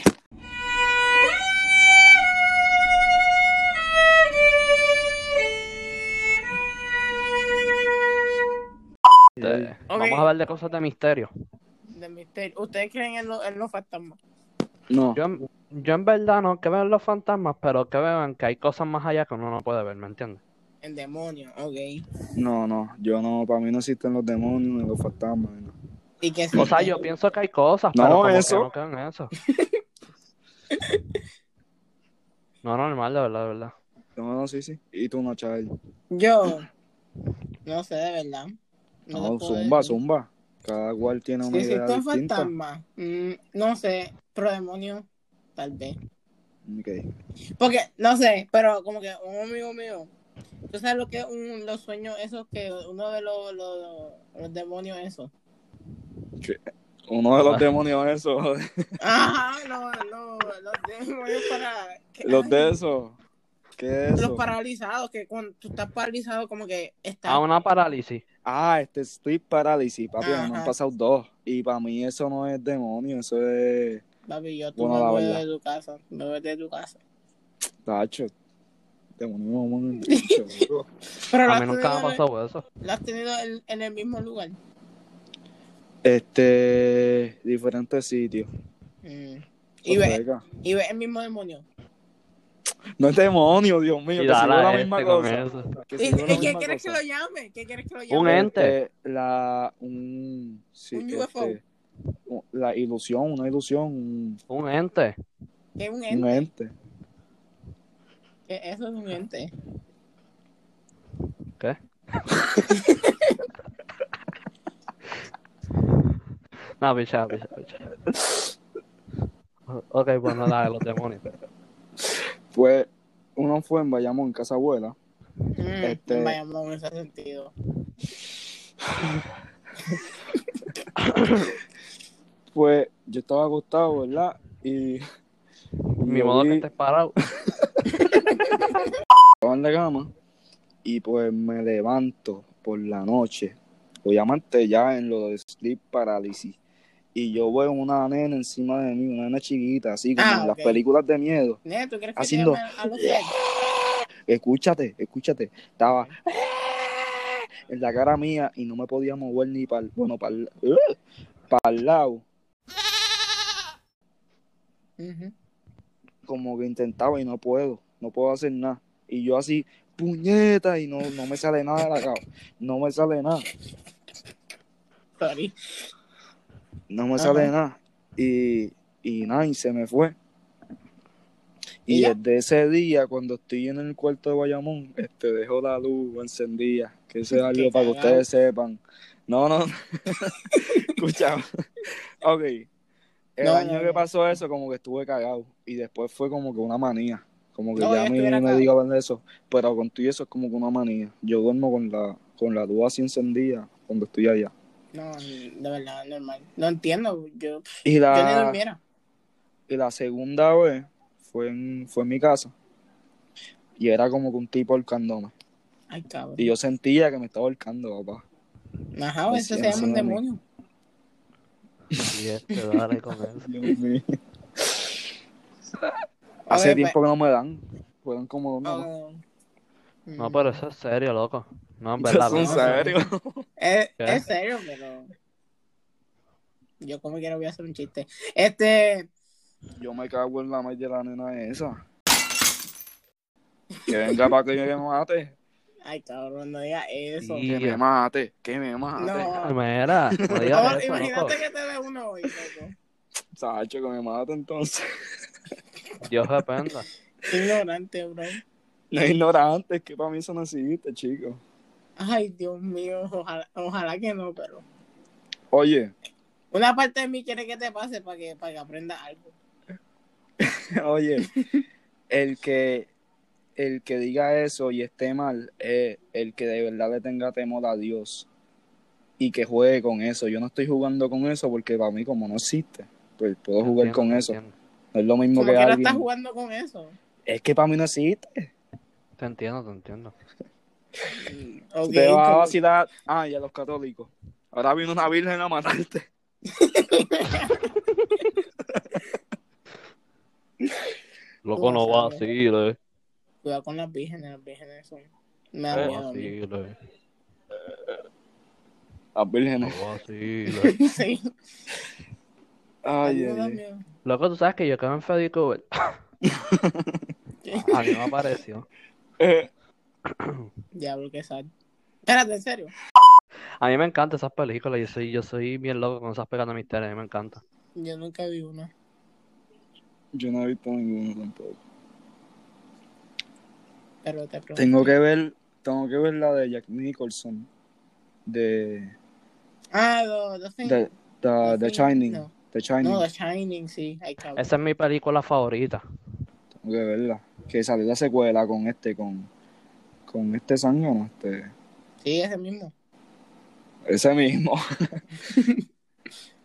[SPEAKER 2] este,
[SPEAKER 3] Ok.
[SPEAKER 2] Vamos a hablar de cosas de misterio.
[SPEAKER 3] de misterio. ¿Ustedes creen en, lo- en los fantasmas?
[SPEAKER 1] No.
[SPEAKER 2] Yo, en- yo en verdad no que veo los fantasmas, pero que vean que hay cosas más allá que uno no puede ver, ¿me entiendes?
[SPEAKER 3] En demonios, ok.
[SPEAKER 1] No, no. Yo no, para mí no existen los demonios ni los fantasmas. ni nada.
[SPEAKER 3] Y que
[SPEAKER 2] O sea,
[SPEAKER 3] sí,
[SPEAKER 2] yo pienso que hay cosas,
[SPEAKER 1] No,
[SPEAKER 2] pero como que
[SPEAKER 1] eso.
[SPEAKER 2] no creo en eso. No, normal, de verdad, de verdad.
[SPEAKER 1] No, no, sí, sí. Y tú no, chaval.
[SPEAKER 3] Yo, no sé, de verdad. No te
[SPEAKER 1] No,
[SPEAKER 3] puedo
[SPEAKER 1] zumba,
[SPEAKER 3] decir.
[SPEAKER 1] zumba. Cada cual tiene una
[SPEAKER 3] Si
[SPEAKER 1] idea
[SPEAKER 3] existe un
[SPEAKER 1] distinta.
[SPEAKER 3] fantasma, mm, no sé, pro demonio, tal vez.
[SPEAKER 1] Ok.
[SPEAKER 3] Porque, no sé, pero como que un amigo mío, ¿tú sabes lo que es un, los sueños esos que uno de los, los, los demonios esos?
[SPEAKER 1] Uno de los
[SPEAKER 2] Ah.
[SPEAKER 1] demonios eso, joder.
[SPEAKER 3] Ajá, no, no, los demonios para... que-
[SPEAKER 1] los de esos. ¿Qué es
[SPEAKER 3] Los
[SPEAKER 1] eso?
[SPEAKER 3] paralizados, que cuando tú estás paralizado como que estás...
[SPEAKER 2] A Ah, una parálisis.
[SPEAKER 1] Ah, este sleep parálisis, papi,
[SPEAKER 3] Ajá.
[SPEAKER 1] me han pasado dos. Y para mí eso no es demonio, eso es
[SPEAKER 3] Papi, yo tú
[SPEAKER 1] Bueno, la
[SPEAKER 3] me voy
[SPEAKER 1] verdad.
[SPEAKER 3] de tu casa, me voy de tu casa.
[SPEAKER 1] tacho. Demonio, demonio, bicho, bro.
[SPEAKER 3] Pero lo
[SPEAKER 2] A
[SPEAKER 3] has,
[SPEAKER 2] mí
[SPEAKER 3] tenido,
[SPEAKER 2] nunca me ha pasado eso.
[SPEAKER 3] lo has tenido en, en el mismo lugar.
[SPEAKER 1] Este, diferentes sitios.
[SPEAKER 3] Mm. Y
[SPEAKER 1] Pues,
[SPEAKER 3] ves
[SPEAKER 1] venga.
[SPEAKER 3] y ve el mismo demonio.
[SPEAKER 1] No es demonio, Dios mío,
[SPEAKER 2] Y
[SPEAKER 1] que sigo
[SPEAKER 2] dale
[SPEAKER 1] la
[SPEAKER 2] a
[SPEAKER 1] misma
[SPEAKER 2] este con
[SPEAKER 1] cosa.
[SPEAKER 2] eso.
[SPEAKER 1] que
[SPEAKER 3] ¿Y,
[SPEAKER 1] sigo la
[SPEAKER 3] y qué
[SPEAKER 1] misma
[SPEAKER 3] quieres que
[SPEAKER 1] cosa.
[SPEAKER 3] lo llame? ¿Qué quieres que lo
[SPEAKER 2] Un
[SPEAKER 3] llame?
[SPEAKER 2] ente.
[SPEAKER 1] Este, la, un, sí,
[SPEAKER 3] Un UFO.
[SPEAKER 1] este, u- la ilusión, una ilusión, un,
[SPEAKER 2] Un ente.
[SPEAKER 3] ¿Qué es un
[SPEAKER 1] un
[SPEAKER 3] ente?
[SPEAKER 1] ente.
[SPEAKER 3] ¿Qué- Eso es un ente.
[SPEAKER 2] ¿Qué? no, picha, picha, picha. Ok, bueno, dale, los demonios.
[SPEAKER 1] Pues, uno fue en Bayamón, en casa abuela.
[SPEAKER 3] Mm,
[SPEAKER 1] Este-
[SPEAKER 3] En Bayamón, en ese sentido.
[SPEAKER 1] Pues, yo estaba acostado, ¿verdad? Y
[SPEAKER 2] Mi
[SPEAKER 1] yo
[SPEAKER 2] modo que
[SPEAKER 1] vi-
[SPEAKER 2] estés parado.
[SPEAKER 1] estaba en la cama y pues me levanto por la noche, obviamente ya en lo de sleep parálisis, y yo veo una nena encima de mí, una nena chiquita, así como
[SPEAKER 3] Ah,
[SPEAKER 1] en
[SPEAKER 3] ok.
[SPEAKER 1] las películas de miedo.
[SPEAKER 3] Nene, ¿tú crees que
[SPEAKER 1] Haciendo-
[SPEAKER 3] te llame a los tres?
[SPEAKER 1] Escúchate, escúchate, estaba en la cara mía y no me podía mover ni para bueno, para el lado,
[SPEAKER 3] Ujú.
[SPEAKER 1] como que intentaba y no puedo, no puedo hacer nada. Y yo así, puñeta, y no, no me sale nada de la cara, no me sale nada.
[SPEAKER 3] Sorry.
[SPEAKER 1] no me
[SPEAKER 3] Ajá.
[SPEAKER 1] sale nada. Y, y nada, y se me fue.
[SPEAKER 3] ¿Y
[SPEAKER 1] Y
[SPEAKER 3] ya?
[SPEAKER 1] desde ese día, cuando estoy en el cuarto de Bayamón, este, dejo la luz encendida. Que eso es
[SPEAKER 3] Qué
[SPEAKER 1] algo para que
[SPEAKER 3] cagao.
[SPEAKER 1] ustedes sepan. No, no. Escucha. Ok. El
[SPEAKER 3] No, no,
[SPEAKER 1] año que
[SPEAKER 3] no.
[SPEAKER 1] pasó eso, como que estuve cagado. Y después fue como que una manía. Como que
[SPEAKER 3] No,
[SPEAKER 1] ya
[SPEAKER 3] yo
[SPEAKER 1] a mí
[SPEAKER 3] estuviera
[SPEAKER 1] me
[SPEAKER 3] cagao.
[SPEAKER 1] digo hablar de eso. Pero con tú y eso es como que una manía. Yo duermo con la, con la luz así encendida cuando estoy allá.
[SPEAKER 3] No, de verdad, normal. No entiendo. Yo,
[SPEAKER 1] Y
[SPEAKER 3] yo ni
[SPEAKER 1] la,
[SPEAKER 3] durmiera.
[SPEAKER 1] Y la segunda vez fue en, fue en mi casa. Y era como que un tipo ahorcándome.
[SPEAKER 3] Ay, cabrón.
[SPEAKER 1] Y yo sentía que me estaba ahorcando, papá.
[SPEAKER 3] Ajá,
[SPEAKER 1] Me
[SPEAKER 3] eso se
[SPEAKER 1] siento
[SPEAKER 3] llama un
[SPEAKER 1] mal.
[SPEAKER 3] demonio.
[SPEAKER 2] Y este, dale con eso.
[SPEAKER 1] Dios mío. Hace
[SPEAKER 3] Oye, pues,
[SPEAKER 1] tiempo que no me dan. Fueron como no.
[SPEAKER 3] Oh.
[SPEAKER 2] No,
[SPEAKER 3] Mm.
[SPEAKER 2] pero eso es serio, loco. No, en verdad.
[SPEAKER 1] Son
[SPEAKER 3] no,
[SPEAKER 2] loco.
[SPEAKER 1] serios.
[SPEAKER 3] Es,
[SPEAKER 2] ¿Qué?
[SPEAKER 3] es serio, pero. Yo como quiera voy a hacer un chiste. Este.
[SPEAKER 1] Yo me cago en la madre de la nena esa. Que venga para que yo me mate.
[SPEAKER 3] Ay, cabrón, no digas eso.
[SPEAKER 2] Sí.
[SPEAKER 1] Que me mate. Que me mate.
[SPEAKER 3] No.
[SPEAKER 2] Mira, no digas
[SPEAKER 3] Oh,
[SPEAKER 2] eso, loco.
[SPEAKER 3] imagínate que te dé uno hoy, loco.
[SPEAKER 1] Sacho, que me mate entonces.
[SPEAKER 2] Dios dependa.
[SPEAKER 3] Ignorante, bro.
[SPEAKER 1] No es ignorante, es que para mí eso no existe, chico.
[SPEAKER 3] Ay, Dios mío, ojalá, ojalá que no, pero.
[SPEAKER 1] Oye,
[SPEAKER 3] Una parte de mí quiere que te pase para que, para que aprendas algo.
[SPEAKER 1] Oye, el que el que diga eso y esté mal es el que de verdad le tenga temor a Dios y que juegue con eso. Yo no estoy jugando con eso porque para mí como no existe, pues puedo jugar con
[SPEAKER 2] Entiendo,
[SPEAKER 1] eso.
[SPEAKER 2] entiendo.
[SPEAKER 1] No es lo mismo
[SPEAKER 3] Como
[SPEAKER 1] que
[SPEAKER 3] que ahora estás
[SPEAKER 1] alguien.
[SPEAKER 3] jugando con eso.
[SPEAKER 1] Es que para mí no existe.
[SPEAKER 2] Te entiendo, te entiendo.
[SPEAKER 3] Mm, ok,
[SPEAKER 1] Te vas a
[SPEAKER 3] como-
[SPEAKER 1] vacilar. Ah, y a los católicos. Ahora viene una virgen a matarte.
[SPEAKER 2] Loco,
[SPEAKER 3] no
[SPEAKER 2] no
[SPEAKER 3] sabes.
[SPEAKER 2] vaciles.
[SPEAKER 3] Cuidado con las vírgenes, las vírgenes son. Me da miedo.
[SPEAKER 2] No
[SPEAKER 1] Las
[SPEAKER 2] vaciles.
[SPEAKER 3] a mí.
[SPEAKER 2] No
[SPEAKER 1] vírgenes.
[SPEAKER 2] vaciles.
[SPEAKER 3] Sí,
[SPEAKER 1] Ay,
[SPEAKER 3] me
[SPEAKER 1] ay,
[SPEAKER 3] da
[SPEAKER 1] ay.
[SPEAKER 3] miedo.
[SPEAKER 2] Loco, tú sabes que yo quedé en Freddy Krueger. A mí me apareció.
[SPEAKER 1] Eh,
[SPEAKER 3] Diablo, que sad. Espérate, en serio.
[SPEAKER 2] A mí me encantan esas películas. Yo soy, yo soy bien loco con esas pegas de misterio. A mí me encanta.
[SPEAKER 3] Yo nunca vi una.
[SPEAKER 1] yo no he visto ninguno tampoco.
[SPEAKER 3] pero te pregunto.
[SPEAKER 1] Tengo que ver, tengo que ver la de Jack Nicholson. De,
[SPEAKER 3] Ah, lo, lo fin-
[SPEAKER 1] de, de,
[SPEAKER 3] lo
[SPEAKER 1] de
[SPEAKER 3] fin-
[SPEAKER 1] Shining.
[SPEAKER 3] No,
[SPEAKER 1] The Shining.
[SPEAKER 3] no, The Shining, sí. Hay que
[SPEAKER 2] Esa es mi película favorita.
[SPEAKER 1] Tengo que verla. Que salió la secuela con este, con, con este sangre, este.
[SPEAKER 3] Sí, ese mismo.
[SPEAKER 1] Ese mismo.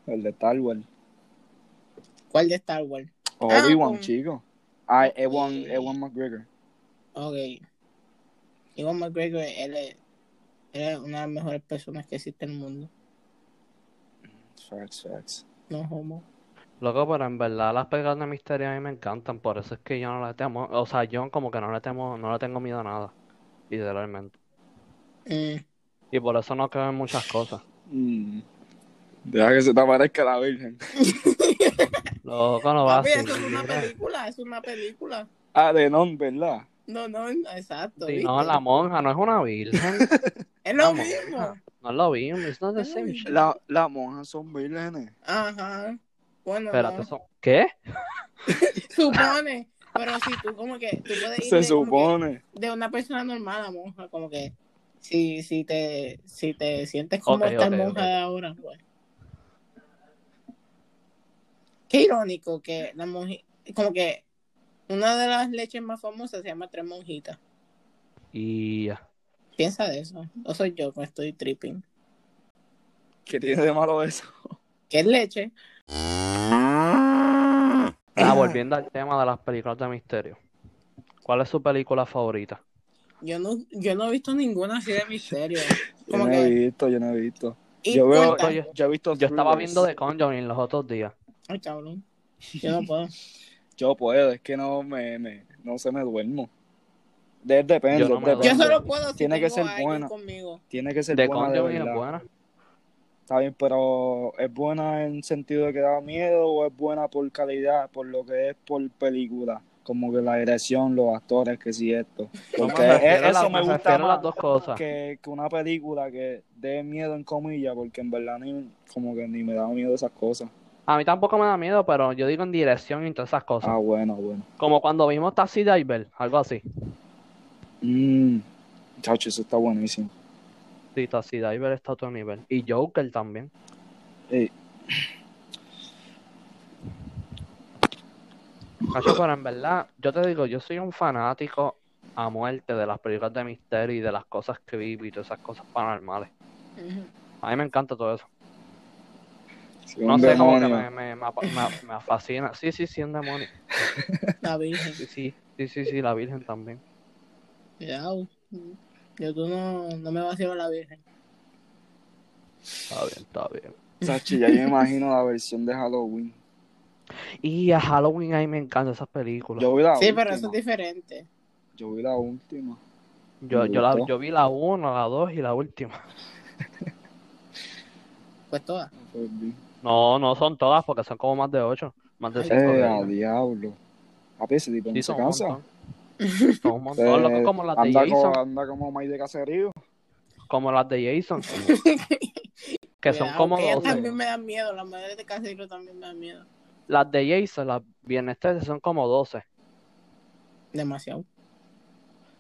[SPEAKER 1] El de Star Wars.
[SPEAKER 3] ¿Cuál de Star Wars?
[SPEAKER 1] O
[SPEAKER 3] Ah,
[SPEAKER 1] Obi-Wan,
[SPEAKER 3] con-
[SPEAKER 1] chico. Ah, Ewan,
[SPEAKER 3] Sí.
[SPEAKER 1] Ewan McGregor.
[SPEAKER 3] Ok. Iwan McGregor, él es, él es una de las mejores personas que existe en el mundo.
[SPEAKER 1] Facts, facts.
[SPEAKER 3] No homo.
[SPEAKER 2] Loco, pero en verdad las películas de misterio a mí me encantan, por eso es que yo no le temo, o sea, yo como que no le temo, no le tengo miedo a nada, literalmente.
[SPEAKER 3] Mm,
[SPEAKER 2] Y por eso no creo en muchas cosas.
[SPEAKER 1] Mm. Deja que se te aparezca la Virgen.
[SPEAKER 2] Loco, no va
[SPEAKER 3] Papi,
[SPEAKER 2] así.
[SPEAKER 3] eso es una película, es una película.
[SPEAKER 1] Ah, de non, ¿verdad?
[SPEAKER 3] No, no, exacto.
[SPEAKER 2] Sí,
[SPEAKER 3] ¿viste?
[SPEAKER 2] no, la monja no es una virgen,
[SPEAKER 3] Es lo
[SPEAKER 2] monja.
[SPEAKER 3] mismo.
[SPEAKER 2] no es lo mismo, it's not the same shit.
[SPEAKER 1] La- Las monjas son vírgenes.
[SPEAKER 3] Ajá. Bueno,
[SPEAKER 2] Espérate,
[SPEAKER 3] no.
[SPEAKER 2] son- ¿qué?
[SPEAKER 3] supone. Pero si tú como que, tú puedes ir
[SPEAKER 1] Se
[SPEAKER 3] de como que-
[SPEAKER 1] supone.
[SPEAKER 3] de una persona normal a monja, como que si, si te si te sientes como
[SPEAKER 2] Ok,
[SPEAKER 3] esta
[SPEAKER 2] ok,
[SPEAKER 3] monja
[SPEAKER 2] ok.
[SPEAKER 3] de ahora, pues. Qué irónico que la monji- como que una de las leches más famosas se llama tres monjitas.
[SPEAKER 2] Y
[SPEAKER 3] Piensa de eso. No soy yo, me estoy tripping.
[SPEAKER 1] ¿Qué tiene de malo eso?
[SPEAKER 3] ¿Qué es leche?
[SPEAKER 2] ah, volviendo al tema de las películas de misterio. ¿Cuál es su película favorita?
[SPEAKER 3] Yo no, yo no he visto ninguna así de misterio.
[SPEAKER 1] Yo
[SPEAKER 3] Como
[SPEAKER 1] no he
[SPEAKER 3] que,
[SPEAKER 1] visto, yo no he visto.
[SPEAKER 3] y
[SPEAKER 1] Yo veo,
[SPEAKER 3] corta.
[SPEAKER 2] Oye,
[SPEAKER 1] yo he visto.
[SPEAKER 2] Yo estaba
[SPEAKER 1] thrillers.
[SPEAKER 2] viendo The Conjuring los otros días.
[SPEAKER 3] Ay, cabrón. Yo no puedo.
[SPEAKER 1] Yo puedo, es que no me, me no se me duermo. De- depende,
[SPEAKER 2] Yo no me
[SPEAKER 1] depende.
[SPEAKER 3] Yo solo puedo si
[SPEAKER 1] Tiene que
[SPEAKER 3] tengo
[SPEAKER 1] ser
[SPEAKER 3] a alguien
[SPEAKER 1] buena.
[SPEAKER 3] conmigo.
[SPEAKER 1] Tiene que ser
[SPEAKER 2] The
[SPEAKER 1] buena de
[SPEAKER 2] Conjuring es
[SPEAKER 1] verdad.
[SPEAKER 2] buena.
[SPEAKER 1] Está bien, pero ¿es buena en sentido de que da miedo o es buena por calidad, por lo que es por película? Como que la dirección, los actores, que si esto. Porque e,
[SPEAKER 2] me refiero a
[SPEAKER 1] eso
[SPEAKER 2] la-
[SPEAKER 1] me, gusta
[SPEAKER 2] refiero a
[SPEAKER 1] más
[SPEAKER 2] las dos cosas.
[SPEAKER 1] que, que una película que dé miedo en comillas, porque en verdad ni, como que ni me da miedo esas cosas.
[SPEAKER 2] A mí tampoco me da miedo, pero yo digo en dirección y todas esas cosas.
[SPEAKER 1] Ah, bueno, bueno.
[SPEAKER 2] Como cuando vimos Taxi Driver, algo así.
[SPEAKER 1] Mm, chacho, eso está buenísimo.
[SPEAKER 2] Sí, Taxi Driver está a otro nivel. Y Joker también.
[SPEAKER 1] Eh,
[SPEAKER 2] Cacho, pero en verdad, yo te digo, yo soy un fanático a muerte de las películas de misterio y de las cosas que vivo y todas esas cosas paranormales.
[SPEAKER 3] Ujú.
[SPEAKER 2] A mí me encanta todo eso.
[SPEAKER 1] sí,
[SPEAKER 2] No
[SPEAKER 1] un
[SPEAKER 2] sé cómo que
[SPEAKER 1] demonio.
[SPEAKER 2] me, me, me, apa- me- me fascina. Sí, sí, sí, un demonio.
[SPEAKER 3] La Virgen.
[SPEAKER 2] Sí, sí, sí, sí, sí, la Virgen también.
[SPEAKER 3] Cuidado. uh, Yo tú no, no me vacío la virgen.
[SPEAKER 2] Está bien, está bien.
[SPEAKER 1] Chacho, ya yo me imagino la versión de Halloween.
[SPEAKER 2] Y a Halloween, a mí me encantan esas películas.
[SPEAKER 1] Yo vi la
[SPEAKER 3] Sí,
[SPEAKER 1] última.
[SPEAKER 3] pero eso es diferente.
[SPEAKER 1] Yo vi la última.
[SPEAKER 2] Yo,
[SPEAKER 1] Me
[SPEAKER 2] yo, la,
[SPEAKER 1] gustó.
[SPEAKER 2] yo vi la 1, la 2 y la última.
[SPEAKER 3] Pues todas.
[SPEAKER 1] Pues vi.
[SPEAKER 2] No, no son todas porque son como más de 8, más de 5
[SPEAKER 1] Eh,
[SPEAKER 2] de
[SPEAKER 1] a
[SPEAKER 2] ellas.
[SPEAKER 1] diablo. A ese tipo no
[SPEAKER 2] Sí,
[SPEAKER 1] se
[SPEAKER 2] son un
[SPEAKER 1] cansa.
[SPEAKER 2] montón. Son un montón. Loco,
[SPEAKER 1] Eh,
[SPEAKER 2] como las de
[SPEAKER 1] anda,
[SPEAKER 2] Jason,
[SPEAKER 1] como, anda como Mike de caserío.
[SPEAKER 2] como las de Jason. Que son
[SPEAKER 3] Cuidado,
[SPEAKER 2] como
[SPEAKER 3] que ellas
[SPEAKER 2] 12.
[SPEAKER 3] también me dan miedo. Las madres de Caseiro también me dan miedo.
[SPEAKER 2] Las de Jason, las bienesteres son como 12.
[SPEAKER 3] Demasiado.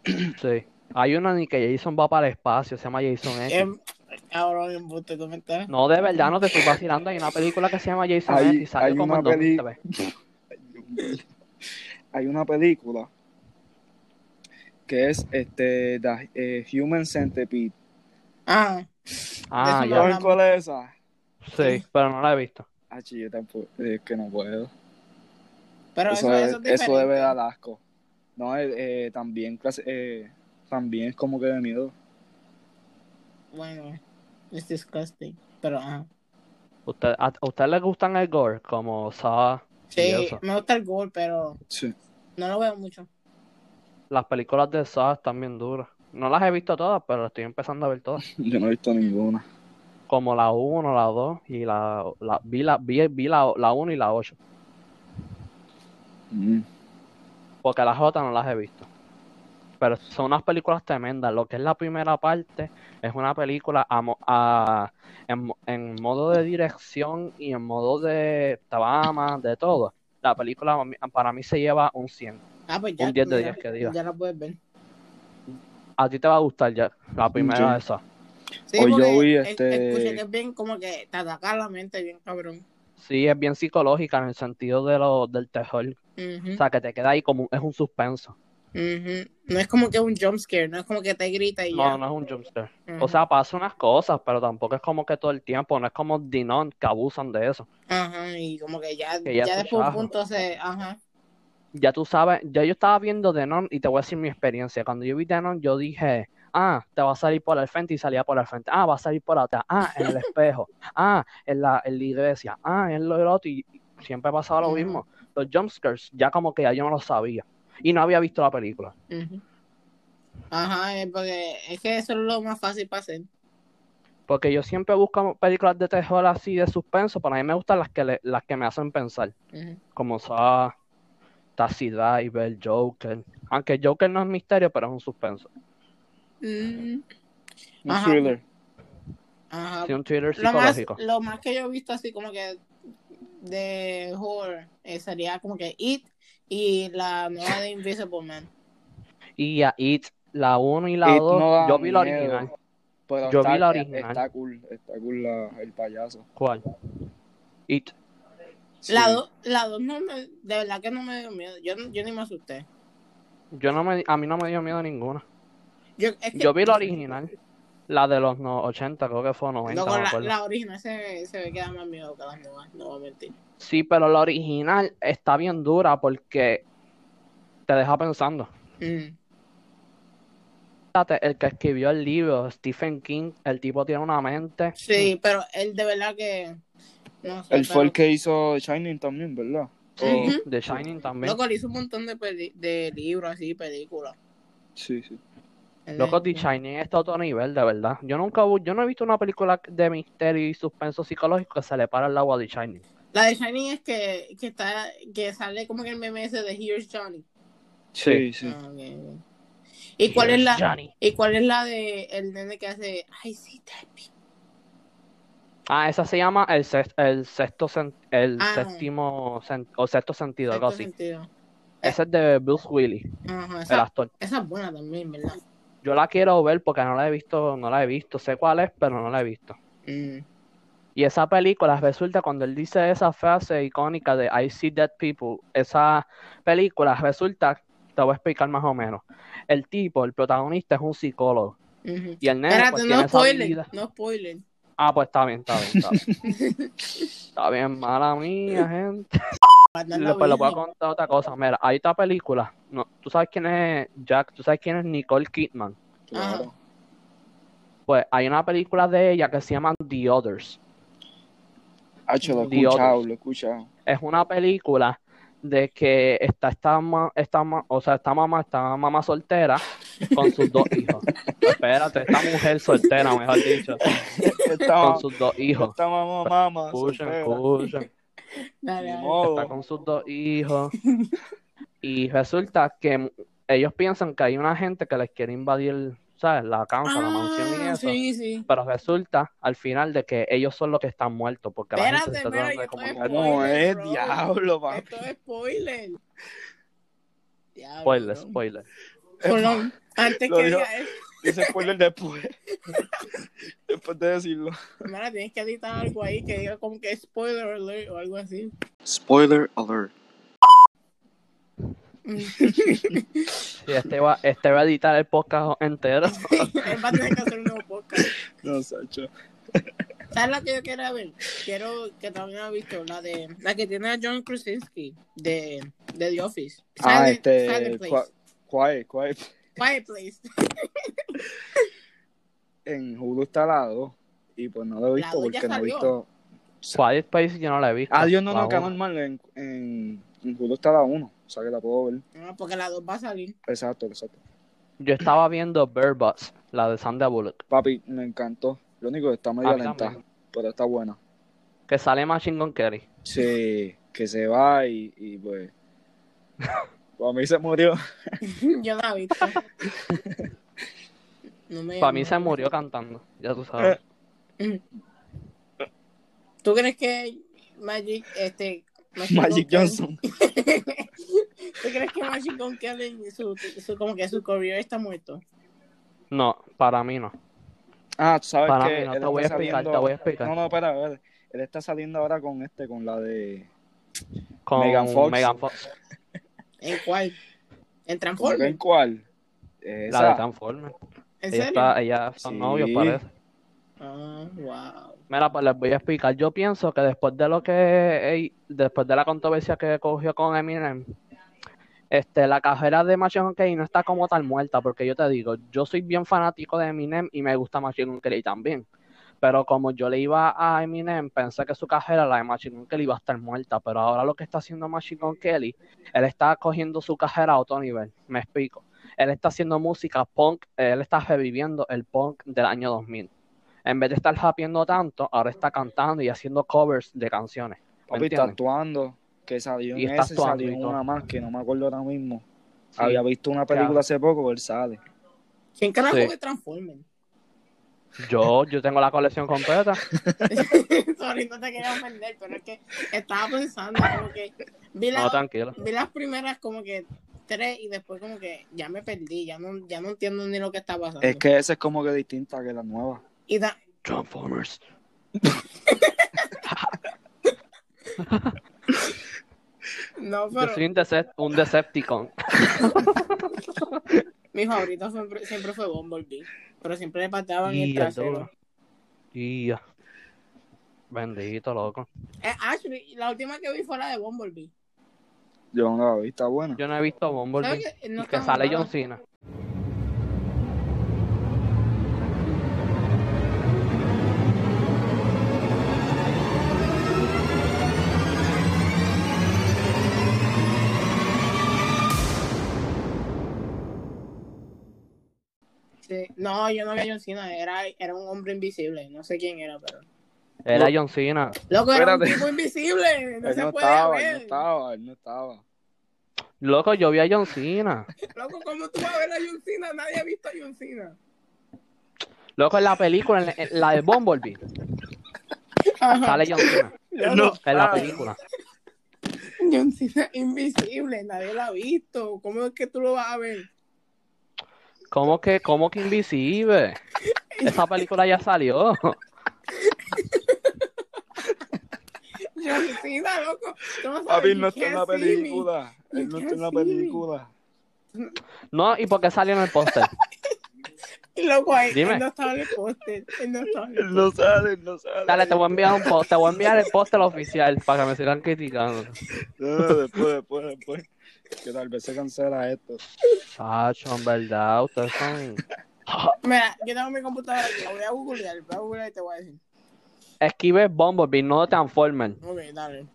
[SPEAKER 2] Sí. Hay una ni que Jason va para el espacio, se llama Jason X.
[SPEAKER 3] Em, Cabrón, embuste, tú me estás.
[SPEAKER 2] No, de verdad, no te estoy vacilando. Hay una película que se llama Jason
[SPEAKER 1] Hay-
[SPEAKER 2] X y salió
[SPEAKER 1] hay
[SPEAKER 2] como en
[SPEAKER 1] una peli-
[SPEAKER 2] 2003.
[SPEAKER 1] Hay una película que es este The eh, Human Centipede.
[SPEAKER 3] Ah,
[SPEAKER 2] Ah,
[SPEAKER 3] Eso no
[SPEAKER 1] ¿Saben
[SPEAKER 2] ya.
[SPEAKER 3] hablamos.
[SPEAKER 1] cuál es esa?
[SPEAKER 2] Sí, pero no la he visto.
[SPEAKER 1] Ah, chi, yo tampoco. Es que no puedo.
[SPEAKER 3] pero eso,
[SPEAKER 1] Eso,
[SPEAKER 3] eso, es
[SPEAKER 1] es-
[SPEAKER 3] diferente.
[SPEAKER 1] eso debe dar asco. No, eh, eh, también, clase- eh, también es como que de miedo.
[SPEAKER 3] Bueno, es disgusting. Pero ajá.
[SPEAKER 2] ¿Usted, a, a usted les gustan el gore? Como Saw y
[SPEAKER 3] Sí,
[SPEAKER 2] eso.
[SPEAKER 3] me gusta el gol, pero
[SPEAKER 1] Sí.
[SPEAKER 3] no lo veo mucho.
[SPEAKER 2] Las películas de Saw están bien duras. No las he visto todas, pero estoy empezando a ver todas.
[SPEAKER 1] Yo no he visto ninguna.
[SPEAKER 2] Como la 1, la 2 y la, la- vi la vi, vi la, la 1 y la 8,
[SPEAKER 1] Mm.
[SPEAKER 2] porque las otras no las he visto. Pero son unas películas tremendas. Lo que es la primera parte es una película a mo- a- en, mo- en modo de dirección y en modo de trama, de todo. La película para mí- para mí se lleva un 100,
[SPEAKER 3] Ah, pues ya.
[SPEAKER 2] un 10 de
[SPEAKER 3] mira,
[SPEAKER 2] 10 que diga.
[SPEAKER 3] Ya la puedes ver.
[SPEAKER 2] a ti te va a gustar ya, la primera
[SPEAKER 1] Sí.
[SPEAKER 2] esa.
[SPEAKER 3] Sí,
[SPEAKER 1] Hoy yo
[SPEAKER 3] porque
[SPEAKER 1] vi,
[SPEAKER 3] es-
[SPEAKER 1] este-
[SPEAKER 3] escuché que es bien como que te ataca la mente bien cabrón.
[SPEAKER 2] Sí, es bien psicológica en el sentido de lo, del terror.
[SPEAKER 3] Ujú,
[SPEAKER 2] O sea, que te queda ahí como, es un suspenso.
[SPEAKER 3] ujú. No es como que un jump scare, no es como que te grita y
[SPEAKER 2] No,
[SPEAKER 3] ya.
[SPEAKER 2] no es un jumpscare.
[SPEAKER 3] Ujú.
[SPEAKER 2] O sea, pasa unas cosas, pero tampoco es como que todo el tiempo, no es como Dinon que abusan de eso.
[SPEAKER 3] Ajá, y como que ya,
[SPEAKER 2] Que
[SPEAKER 3] ya,
[SPEAKER 2] ya tú
[SPEAKER 3] después de un
[SPEAKER 2] sabes.
[SPEAKER 3] punto se, ajá.
[SPEAKER 2] Ya tú sabes, ya yo estaba viendo Denon y te voy a decir mi experiencia. Cuando yo vi Denon, yo dije, ah, te va a salir por el frente y salía por el frente. Ah, va a salir por atrás. Ah, en el espejo. Ah, en la, en la iglesia. Ah, en lo del otro. Y siempre pasaba lo
[SPEAKER 3] Ujú.
[SPEAKER 2] mismo. Los jumpscares, ya como que ya yo no lo sabía. Y no había visto la película.
[SPEAKER 3] ujú. Ajá, es porque es que eso es lo más fácil para hacer.
[SPEAKER 2] Porque yo siempre busco películas de terror así, de suspenso, pero a mí me gustan las que, le- las que me hacen pensar.
[SPEAKER 3] Ujú.
[SPEAKER 2] como Saw, Taxi Driver, Joker. Aunque Joker no es misterio, pero es un suspenso.
[SPEAKER 3] Mm,
[SPEAKER 1] Un
[SPEAKER 3] Ajá.
[SPEAKER 1] thriller.
[SPEAKER 3] ajá.
[SPEAKER 2] Sí, un thriller
[SPEAKER 3] Lo más,
[SPEAKER 2] psicológico.
[SPEAKER 3] lo más que yo he visto así como que de horror eh, sería como que It y la nueva de Invisible Man.
[SPEAKER 2] Y a It, la 1 y la
[SPEAKER 1] It
[SPEAKER 2] 2,
[SPEAKER 1] no da
[SPEAKER 2] yo vi la
[SPEAKER 1] miedo,
[SPEAKER 2] original.
[SPEAKER 1] pero
[SPEAKER 2] Yo
[SPEAKER 1] está,
[SPEAKER 2] vi la original.
[SPEAKER 1] Está cool, está cool la- el payaso.
[SPEAKER 2] ¿Cuál? It.
[SPEAKER 1] Sí.
[SPEAKER 3] La dos la dos no me, de verdad que no me dio miedo. Yo, yo ni me asusté.
[SPEAKER 2] Yo no me, a mí no me dio miedo ninguna.
[SPEAKER 3] Yo, es que-
[SPEAKER 2] Yo vi la original. La de los no- 80, creo que fue 90,
[SPEAKER 3] Loco,
[SPEAKER 2] no me
[SPEAKER 3] la,
[SPEAKER 2] acuerdo.
[SPEAKER 3] la original se, se ve que da más miedo que las nuevas, no voy a mentir.
[SPEAKER 2] Sí, pero la original está bien dura porque te deja pensando.
[SPEAKER 3] Mm.
[SPEAKER 2] Fíjate, El que escribió el libro, Stephen King, el tipo tiene una mente.
[SPEAKER 3] Sí, pero él de verdad que. No sé,
[SPEAKER 1] El fue el
[SPEAKER 3] pero-
[SPEAKER 1] que hizo Shining también, ¿verdad? Oh,
[SPEAKER 2] Sí,
[SPEAKER 3] Ujú.
[SPEAKER 2] The Shining también.
[SPEAKER 3] Loco, le hizo un montón de, peli- de libros así, películas.
[SPEAKER 1] Sí, sí.
[SPEAKER 3] eh,
[SPEAKER 2] Loco, The Shining está a otro nivel, de verdad. Yo nunca bu- yo no he visto una película de misterio y suspenso psicológico que se le para el agua a The Shining.
[SPEAKER 3] La de Shining es que, que, está, que sale como que el meme ese de Here's Johnny.
[SPEAKER 1] Sí, sí.
[SPEAKER 3] Ah, ok, ok. ¿Y cuál, es
[SPEAKER 2] Here's
[SPEAKER 3] la,
[SPEAKER 2] Johnny.
[SPEAKER 3] ¿Y cuál es la de el nene que hace I see that bitch"?
[SPEAKER 2] Ah, esa se llama el, ses- el sexto sen- el
[SPEAKER 3] Ah.
[SPEAKER 2] séptimo sen- o sexto sentido, algo
[SPEAKER 3] Sexto eh.
[SPEAKER 2] así.
[SPEAKER 3] sentido.
[SPEAKER 2] Esa es de Bruce Willis,
[SPEAKER 3] Ajá,
[SPEAKER 2] el
[SPEAKER 3] esa,
[SPEAKER 2] actor.
[SPEAKER 3] esa es buena también, ¿verdad?
[SPEAKER 2] Yo la quiero ver porque no la he visto, no la he visto, sé cuál es, pero no la he visto.
[SPEAKER 3] Mm.
[SPEAKER 2] Y esa película resulta cuando él dice esa frase icónica de I see dead people, esa película resulta, te voy a explicar más o menos. El tipo, el protagonista es un psicólogo
[SPEAKER 3] Ujú.
[SPEAKER 2] y el nene
[SPEAKER 3] Espérate,
[SPEAKER 2] pues tiene
[SPEAKER 3] no
[SPEAKER 2] esa
[SPEAKER 3] spoiler,
[SPEAKER 2] habilidad.
[SPEAKER 3] no spoiler.
[SPEAKER 2] Ah, pues está bien, está bien, está bien. Está bien, mala mía, gente.
[SPEAKER 3] Para andar
[SPEAKER 2] Lo, pues le voy a
[SPEAKER 3] viendo.
[SPEAKER 2] contar otra cosa. Mira, hay otra película. No, tú sabes quién es Jack, tú sabes quién es Nicole Kidman.
[SPEAKER 1] Claro.
[SPEAKER 2] Pues hay una película de ella que se llama The Others.
[SPEAKER 1] Hacho, lo he
[SPEAKER 2] The
[SPEAKER 1] escuchado,
[SPEAKER 2] Others.
[SPEAKER 1] lo he escuchado.
[SPEAKER 2] es una película de que está esta ma- esta ma- o sea, esta mamá, esta mamá soltera con sus dos hijos. Espérate, esta mujer soltera, mejor dicho,
[SPEAKER 1] Esta,
[SPEAKER 2] con sus dos hijos.
[SPEAKER 1] esta mamá, mamá,
[SPEAKER 2] Escuchen,
[SPEAKER 1] soltera.
[SPEAKER 2] escuchen.
[SPEAKER 3] Dale,
[SPEAKER 1] Ni
[SPEAKER 3] dale.
[SPEAKER 2] Está
[SPEAKER 1] modo.
[SPEAKER 2] con sus dos hijos. Y resulta que ellos piensan que hay una gente que les quiere invadir, ¿sabes? La casa, la mansión y
[SPEAKER 3] Ah,
[SPEAKER 2] eso.
[SPEAKER 3] sí, sí.
[SPEAKER 2] Pero resulta al final de que ellos son los que están muertos porque la gente se
[SPEAKER 3] Espérate,
[SPEAKER 2] está
[SPEAKER 3] espérate,
[SPEAKER 2] tratando
[SPEAKER 3] yo
[SPEAKER 2] de
[SPEAKER 1] ¿Cómo es?
[SPEAKER 2] comunicar.
[SPEAKER 3] estoy Spoiler, bro.
[SPEAKER 1] Diablo, papi.
[SPEAKER 3] Esto es spoiler. Diablo,
[SPEAKER 2] Spoiler,
[SPEAKER 3] bro.
[SPEAKER 2] spoiler.
[SPEAKER 3] Perdón, antes
[SPEAKER 1] Lo
[SPEAKER 3] que
[SPEAKER 1] dijo.
[SPEAKER 3] diga eso,
[SPEAKER 1] Dice spoiler después. después de decirlo.
[SPEAKER 3] mira, tienes que editar algo ahí que diga como que spoiler alert o algo así.
[SPEAKER 1] Spoiler alert.
[SPEAKER 2] Sí, este va, este va a editar el podcast entero.
[SPEAKER 3] Él va a tener que hacer un nuevo podcast.
[SPEAKER 1] No, Sacho.
[SPEAKER 3] ¿Sabes la que yo quiero ver? Quiero que también ha visto la de la que tiene a John Krasinski de, de The Office.
[SPEAKER 1] Ah,
[SPEAKER 3] Silent-
[SPEAKER 1] este,
[SPEAKER 3] Silent Place.
[SPEAKER 1] cua- Quiet, quiet.
[SPEAKER 3] Quiet Place.
[SPEAKER 1] En Hulu está la 2. Y pues no lo he visto
[SPEAKER 3] La dos ya
[SPEAKER 1] porque no he
[SPEAKER 3] salió.
[SPEAKER 1] visto.
[SPEAKER 2] Quiet Space yo no la he visto.
[SPEAKER 1] Ah, Dios, no,
[SPEAKER 2] La
[SPEAKER 1] no, que
[SPEAKER 2] uno.
[SPEAKER 1] normal. En, en, en Hulu está la 1. O sea que la puedo ver.
[SPEAKER 3] No, Ah, porque la dos va a salir.
[SPEAKER 1] Exacto, exacto.
[SPEAKER 2] Yo estaba viendo Bird Box, la de Sandra Bullock.
[SPEAKER 1] Papi, me encantó. Lo único que está medio
[SPEAKER 2] A mí
[SPEAKER 1] lenta,
[SPEAKER 2] también.
[SPEAKER 1] pero está buena.
[SPEAKER 2] Que sale Machine Gun Kelly.
[SPEAKER 1] Sí, que se va y, y pues. Para mí se murió.
[SPEAKER 3] Yo la he visto. No me-
[SPEAKER 2] Para mí se murió cantando, ya tú sabes.
[SPEAKER 1] Eh.
[SPEAKER 3] ¿Tú crees que Magic, este, Magic,
[SPEAKER 1] Magic
[SPEAKER 3] Gun
[SPEAKER 1] Johnson.
[SPEAKER 3] Kelly- ¿Tú crees que Magic Gun Kelly, su, su, como que su career está muerto?
[SPEAKER 2] No, para mí no.
[SPEAKER 1] Ah, tú sabes
[SPEAKER 2] Para
[SPEAKER 1] que
[SPEAKER 2] mí no.
[SPEAKER 1] él
[SPEAKER 2] Te voy a
[SPEAKER 1] está
[SPEAKER 2] explicar, te
[SPEAKER 1] saliendo-
[SPEAKER 2] voy a explicar.
[SPEAKER 1] No, no, espera, espera. Él está saliendo ahora con este, con la de.
[SPEAKER 2] Con
[SPEAKER 1] Megan Fox.
[SPEAKER 2] Megan Fox,
[SPEAKER 3] ¿En cuál? ¿En
[SPEAKER 1] ¿Con
[SPEAKER 3] Transformers?
[SPEAKER 1] en cuál?
[SPEAKER 2] la de
[SPEAKER 1] Esa.
[SPEAKER 2] Transformers.
[SPEAKER 3] ¿En
[SPEAKER 2] Ella
[SPEAKER 3] serio?
[SPEAKER 2] está, ellas son
[SPEAKER 1] Sí.
[SPEAKER 2] novios, parece.
[SPEAKER 3] Ah, wow.
[SPEAKER 2] Mira, pues les voy a explicar. Yo pienso que después de lo que, ey, después de la controversia que cogió con Eminem, este, la carrera de Machine Gun Kelly no está como tal muerta, porque yo te digo, yo soy bien fanático de Eminem y me gusta Machine Gun Kelly también. Pero como yo le iba a Eminem, pensé que su carrera, la de Machine Gun Kelly, iba a estar muerta. Pero ahora lo que está haciendo Machine Gun Kelly, él está cogiendo su carrera a otro nivel. Me explico. Él está haciendo música punk, él está reviviendo el punk del año 2000 en vez de estar rapiendo tanto, ahora está cantando y haciendo covers de canciones. ¿Me
[SPEAKER 1] Papi, está
[SPEAKER 2] entiendes?
[SPEAKER 1] actuando. Que salió
[SPEAKER 2] Y
[SPEAKER 1] en
[SPEAKER 2] está
[SPEAKER 1] ese, salió
[SPEAKER 2] actuando y
[SPEAKER 1] en
[SPEAKER 2] todo.
[SPEAKER 1] una más, que no me acuerdo ahora mismo.
[SPEAKER 2] Sí.
[SPEAKER 1] Había visto una película hace poco, él sale.
[SPEAKER 3] ¿Quién carajo
[SPEAKER 2] Sí.
[SPEAKER 3] que Transformers?
[SPEAKER 2] Yo, yo tengo la colección completa.
[SPEAKER 3] Sorry, no te quería ofender, pero es que estaba pensando como que vi, la-
[SPEAKER 2] No, tranquilo.
[SPEAKER 3] vi las primeras como que tres y después como que ya me perdí, ya no, ya no entiendo ni lo que está pasando.
[SPEAKER 1] Es que esa es como que distinta que la nueva.
[SPEAKER 3] Y da-
[SPEAKER 2] Transformers.
[SPEAKER 3] no,
[SPEAKER 2] Yo
[SPEAKER 3] pero
[SPEAKER 2] soy un, Decep- un Decepticon.
[SPEAKER 3] mi favorito siempre, siempre fue Bumblebee, pero siempre le pataban el
[SPEAKER 2] Y el
[SPEAKER 3] trasero.
[SPEAKER 2] duro. Y ya. Bendito, loco.
[SPEAKER 3] Eh, actually, la última que vi fue la de Bumblebee.
[SPEAKER 1] Yo no la vi, está buena.
[SPEAKER 2] Yo no he visto Bumblebee.
[SPEAKER 3] ¿Sabes que
[SPEAKER 2] Y
[SPEAKER 3] no
[SPEAKER 2] que
[SPEAKER 3] está
[SPEAKER 2] sale
[SPEAKER 3] mala?
[SPEAKER 2] John Cena.
[SPEAKER 3] Sí. No, yo no vi a John Cena, era, era un hombre invisible, no sé quién era, pero...
[SPEAKER 2] Era
[SPEAKER 1] No.
[SPEAKER 2] John Cena.
[SPEAKER 3] Loco, era un
[SPEAKER 1] Espérate.
[SPEAKER 3] tipo invisible, no
[SPEAKER 1] él
[SPEAKER 3] se
[SPEAKER 1] no
[SPEAKER 3] puede
[SPEAKER 1] estaba, él
[SPEAKER 3] ver.
[SPEAKER 1] no estaba, él no estaba.
[SPEAKER 2] Loco, yo vi a John Cena.
[SPEAKER 3] Loco, ¿cómo tú vas a ver a John Cena? Nadie ha visto a John Cena.
[SPEAKER 2] Loco, en la película, en la- en la de Bumblebee, sale John Cena.
[SPEAKER 1] No.
[SPEAKER 2] En la película.
[SPEAKER 3] John Cena invisible, nadie lo ha visto. ¿Cómo es que tú lo vas a ver?
[SPEAKER 2] ¿Cómo que, cómo que invisible? Esa película ya salió.
[SPEAKER 3] John Cena, loco. tú no sabes,
[SPEAKER 1] Papi,
[SPEAKER 3] you
[SPEAKER 1] no está en la
[SPEAKER 3] can't see me.
[SPEAKER 1] película. Él no está en la película.
[SPEAKER 2] No, ¿y por qué salió en el póster?
[SPEAKER 3] Y Loco, ahí,
[SPEAKER 2] Dime.
[SPEAKER 3] él no estaba en el póster. Él no estaba en el
[SPEAKER 1] Él no sale, él no sale.
[SPEAKER 2] Dale, te voy a enviar un póster, te voy a enviar el póster oficial para que me sigan criticando.
[SPEAKER 1] No, no, después, después, después. Que tal vez se cancela esto.
[SPEAKER 2] Sacho, en verdad, ustedes son...
[SPEAKER 3] Mira, yo tengo mi computadora aquí, la voy a googlear, voy a googlear y te voy a decir.
[SPEAKER 2] Esquive Bumblebee, no Transformers.
[SPEAKER 3] Ok, dale.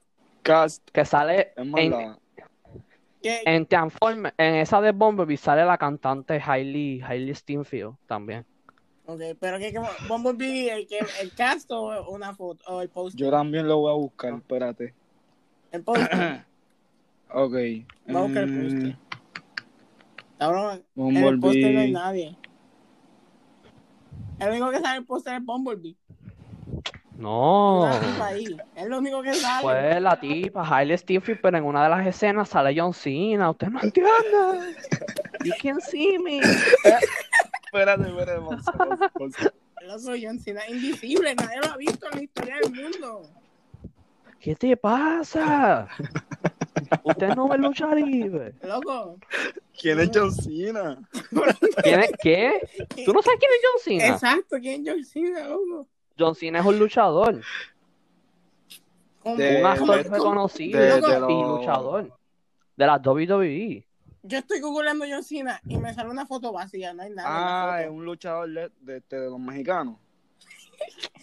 [SPEAKER 1] Cast,
[SPEAKER 2] Que sale
[SPEAKER 1] es más
[SPEAKER 2] en,
[SPEAKER 1] la-
[SPEAKER 3] ¿Qué?
[SPEAKER 2] en Transformers, en esa de Bumblebee sale la cantante Hailey, Hailey Steinfeld también.
[SPEAKER 3] Ok, pero ¿qué? qué Bumblebee, el, que, el cast o una foto, o el post.
[SPEAKER 1] Yo también lo voy a buscar, espérate.
[SPEAKER 3] El post.
[SPEAKER 1] Ok.
[SPEAKER 3] Voy a buscar el
[SPEAKER 1] Mm,
[SPEAKER 3] póster. Cabrón, en el póster no hay
[SPEAKER 1] Bumblebee.
[SPEAKER 3] nadie. El único que sale en el póster es Bumblebee.
[SPEAKER 2] No,
[SPEAKER 3] Una tipa ahí. Es lo único que sale.
[SPEAKER 2] fue la tipa Hailey Steinfeld, pero en una de las escenas sale John Cena, ustedes no entienden. You can see me.
[SPEAKER 1] Espérate, espérate, Gonzalo, Gonzalo.
[SPEAKER 3] Loco, John Cena es invisible. Nadie lo ha visto en la historia del mundo.
[SPEAKER 2] ¿Qué te pasa? Usted no ve lucha libre.
[SPEAKER 3] Loco.
[SPEAKER 1] ¿Quién es John Cena?
[SPEAKER 2] ¿Quién es- ¿Qué? ¿Tú no sabes quién es John Cena?
[SPEAKER 3] Exacto, ¿quién es John Cena, loco?
[SPEAKER 2] John Cena es un luchador,
[SPEAKER 3] Como-
[SPEAKER 1] De-
[SPEAKER 2] un actor
[SPEAKER 3] como-
[SPEAKER 1] de-
[SPEAKER 3] como-
[SPEAKER 2] reconocido
[SPEAKER 3] Eh, de- de
[SPEAKER 2] y
[SPEAKER 1] los-
[SPEAKER 2] luchador de la E. WWE.
[SPEAKER 3] Yo estoy googleando John Cena y me sale una foto vacía. No hay
[SPEAKER 1] Ah, es
[SPEAKER 3] nada. en la foto.
[SPEAKER 1] un luchador de, de- este, de- de los mexicanos.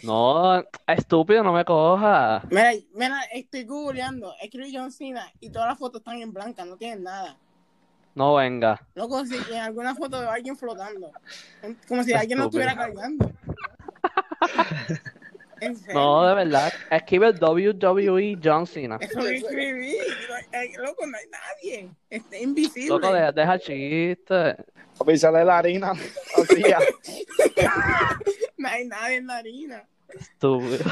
[SPEAKER 2] No, estúpido, no me coja.
[SPEAKER 3] Mira, mira, estoy googleando. Escribí John Cena y todas las fotos están en blanca. No tienen nada.
[SPEAKER 2] No venga.
[SPEAKER 3] Loco, si en alguna foto veo a alguien flotando. Como si alguien lo
[SPEAKER 2] Estúpido.
[SPEAKER 3] estuviera cargando. En serio.
[SPEAKER 2] No, de verdad. Escribe WWE John Cena.
[SPEAKER 3] Eso que escribí. no- eh, Loco, no hay nadie. Está invisible.
[SPEAKER 2] Loco, de- deja el chiste.
[SPEAKER 1] Papi, sale la harina. Así ya.
[SPEAKER 3] No hay nadie en la harina.
[SPEAKER 2] Estúpido.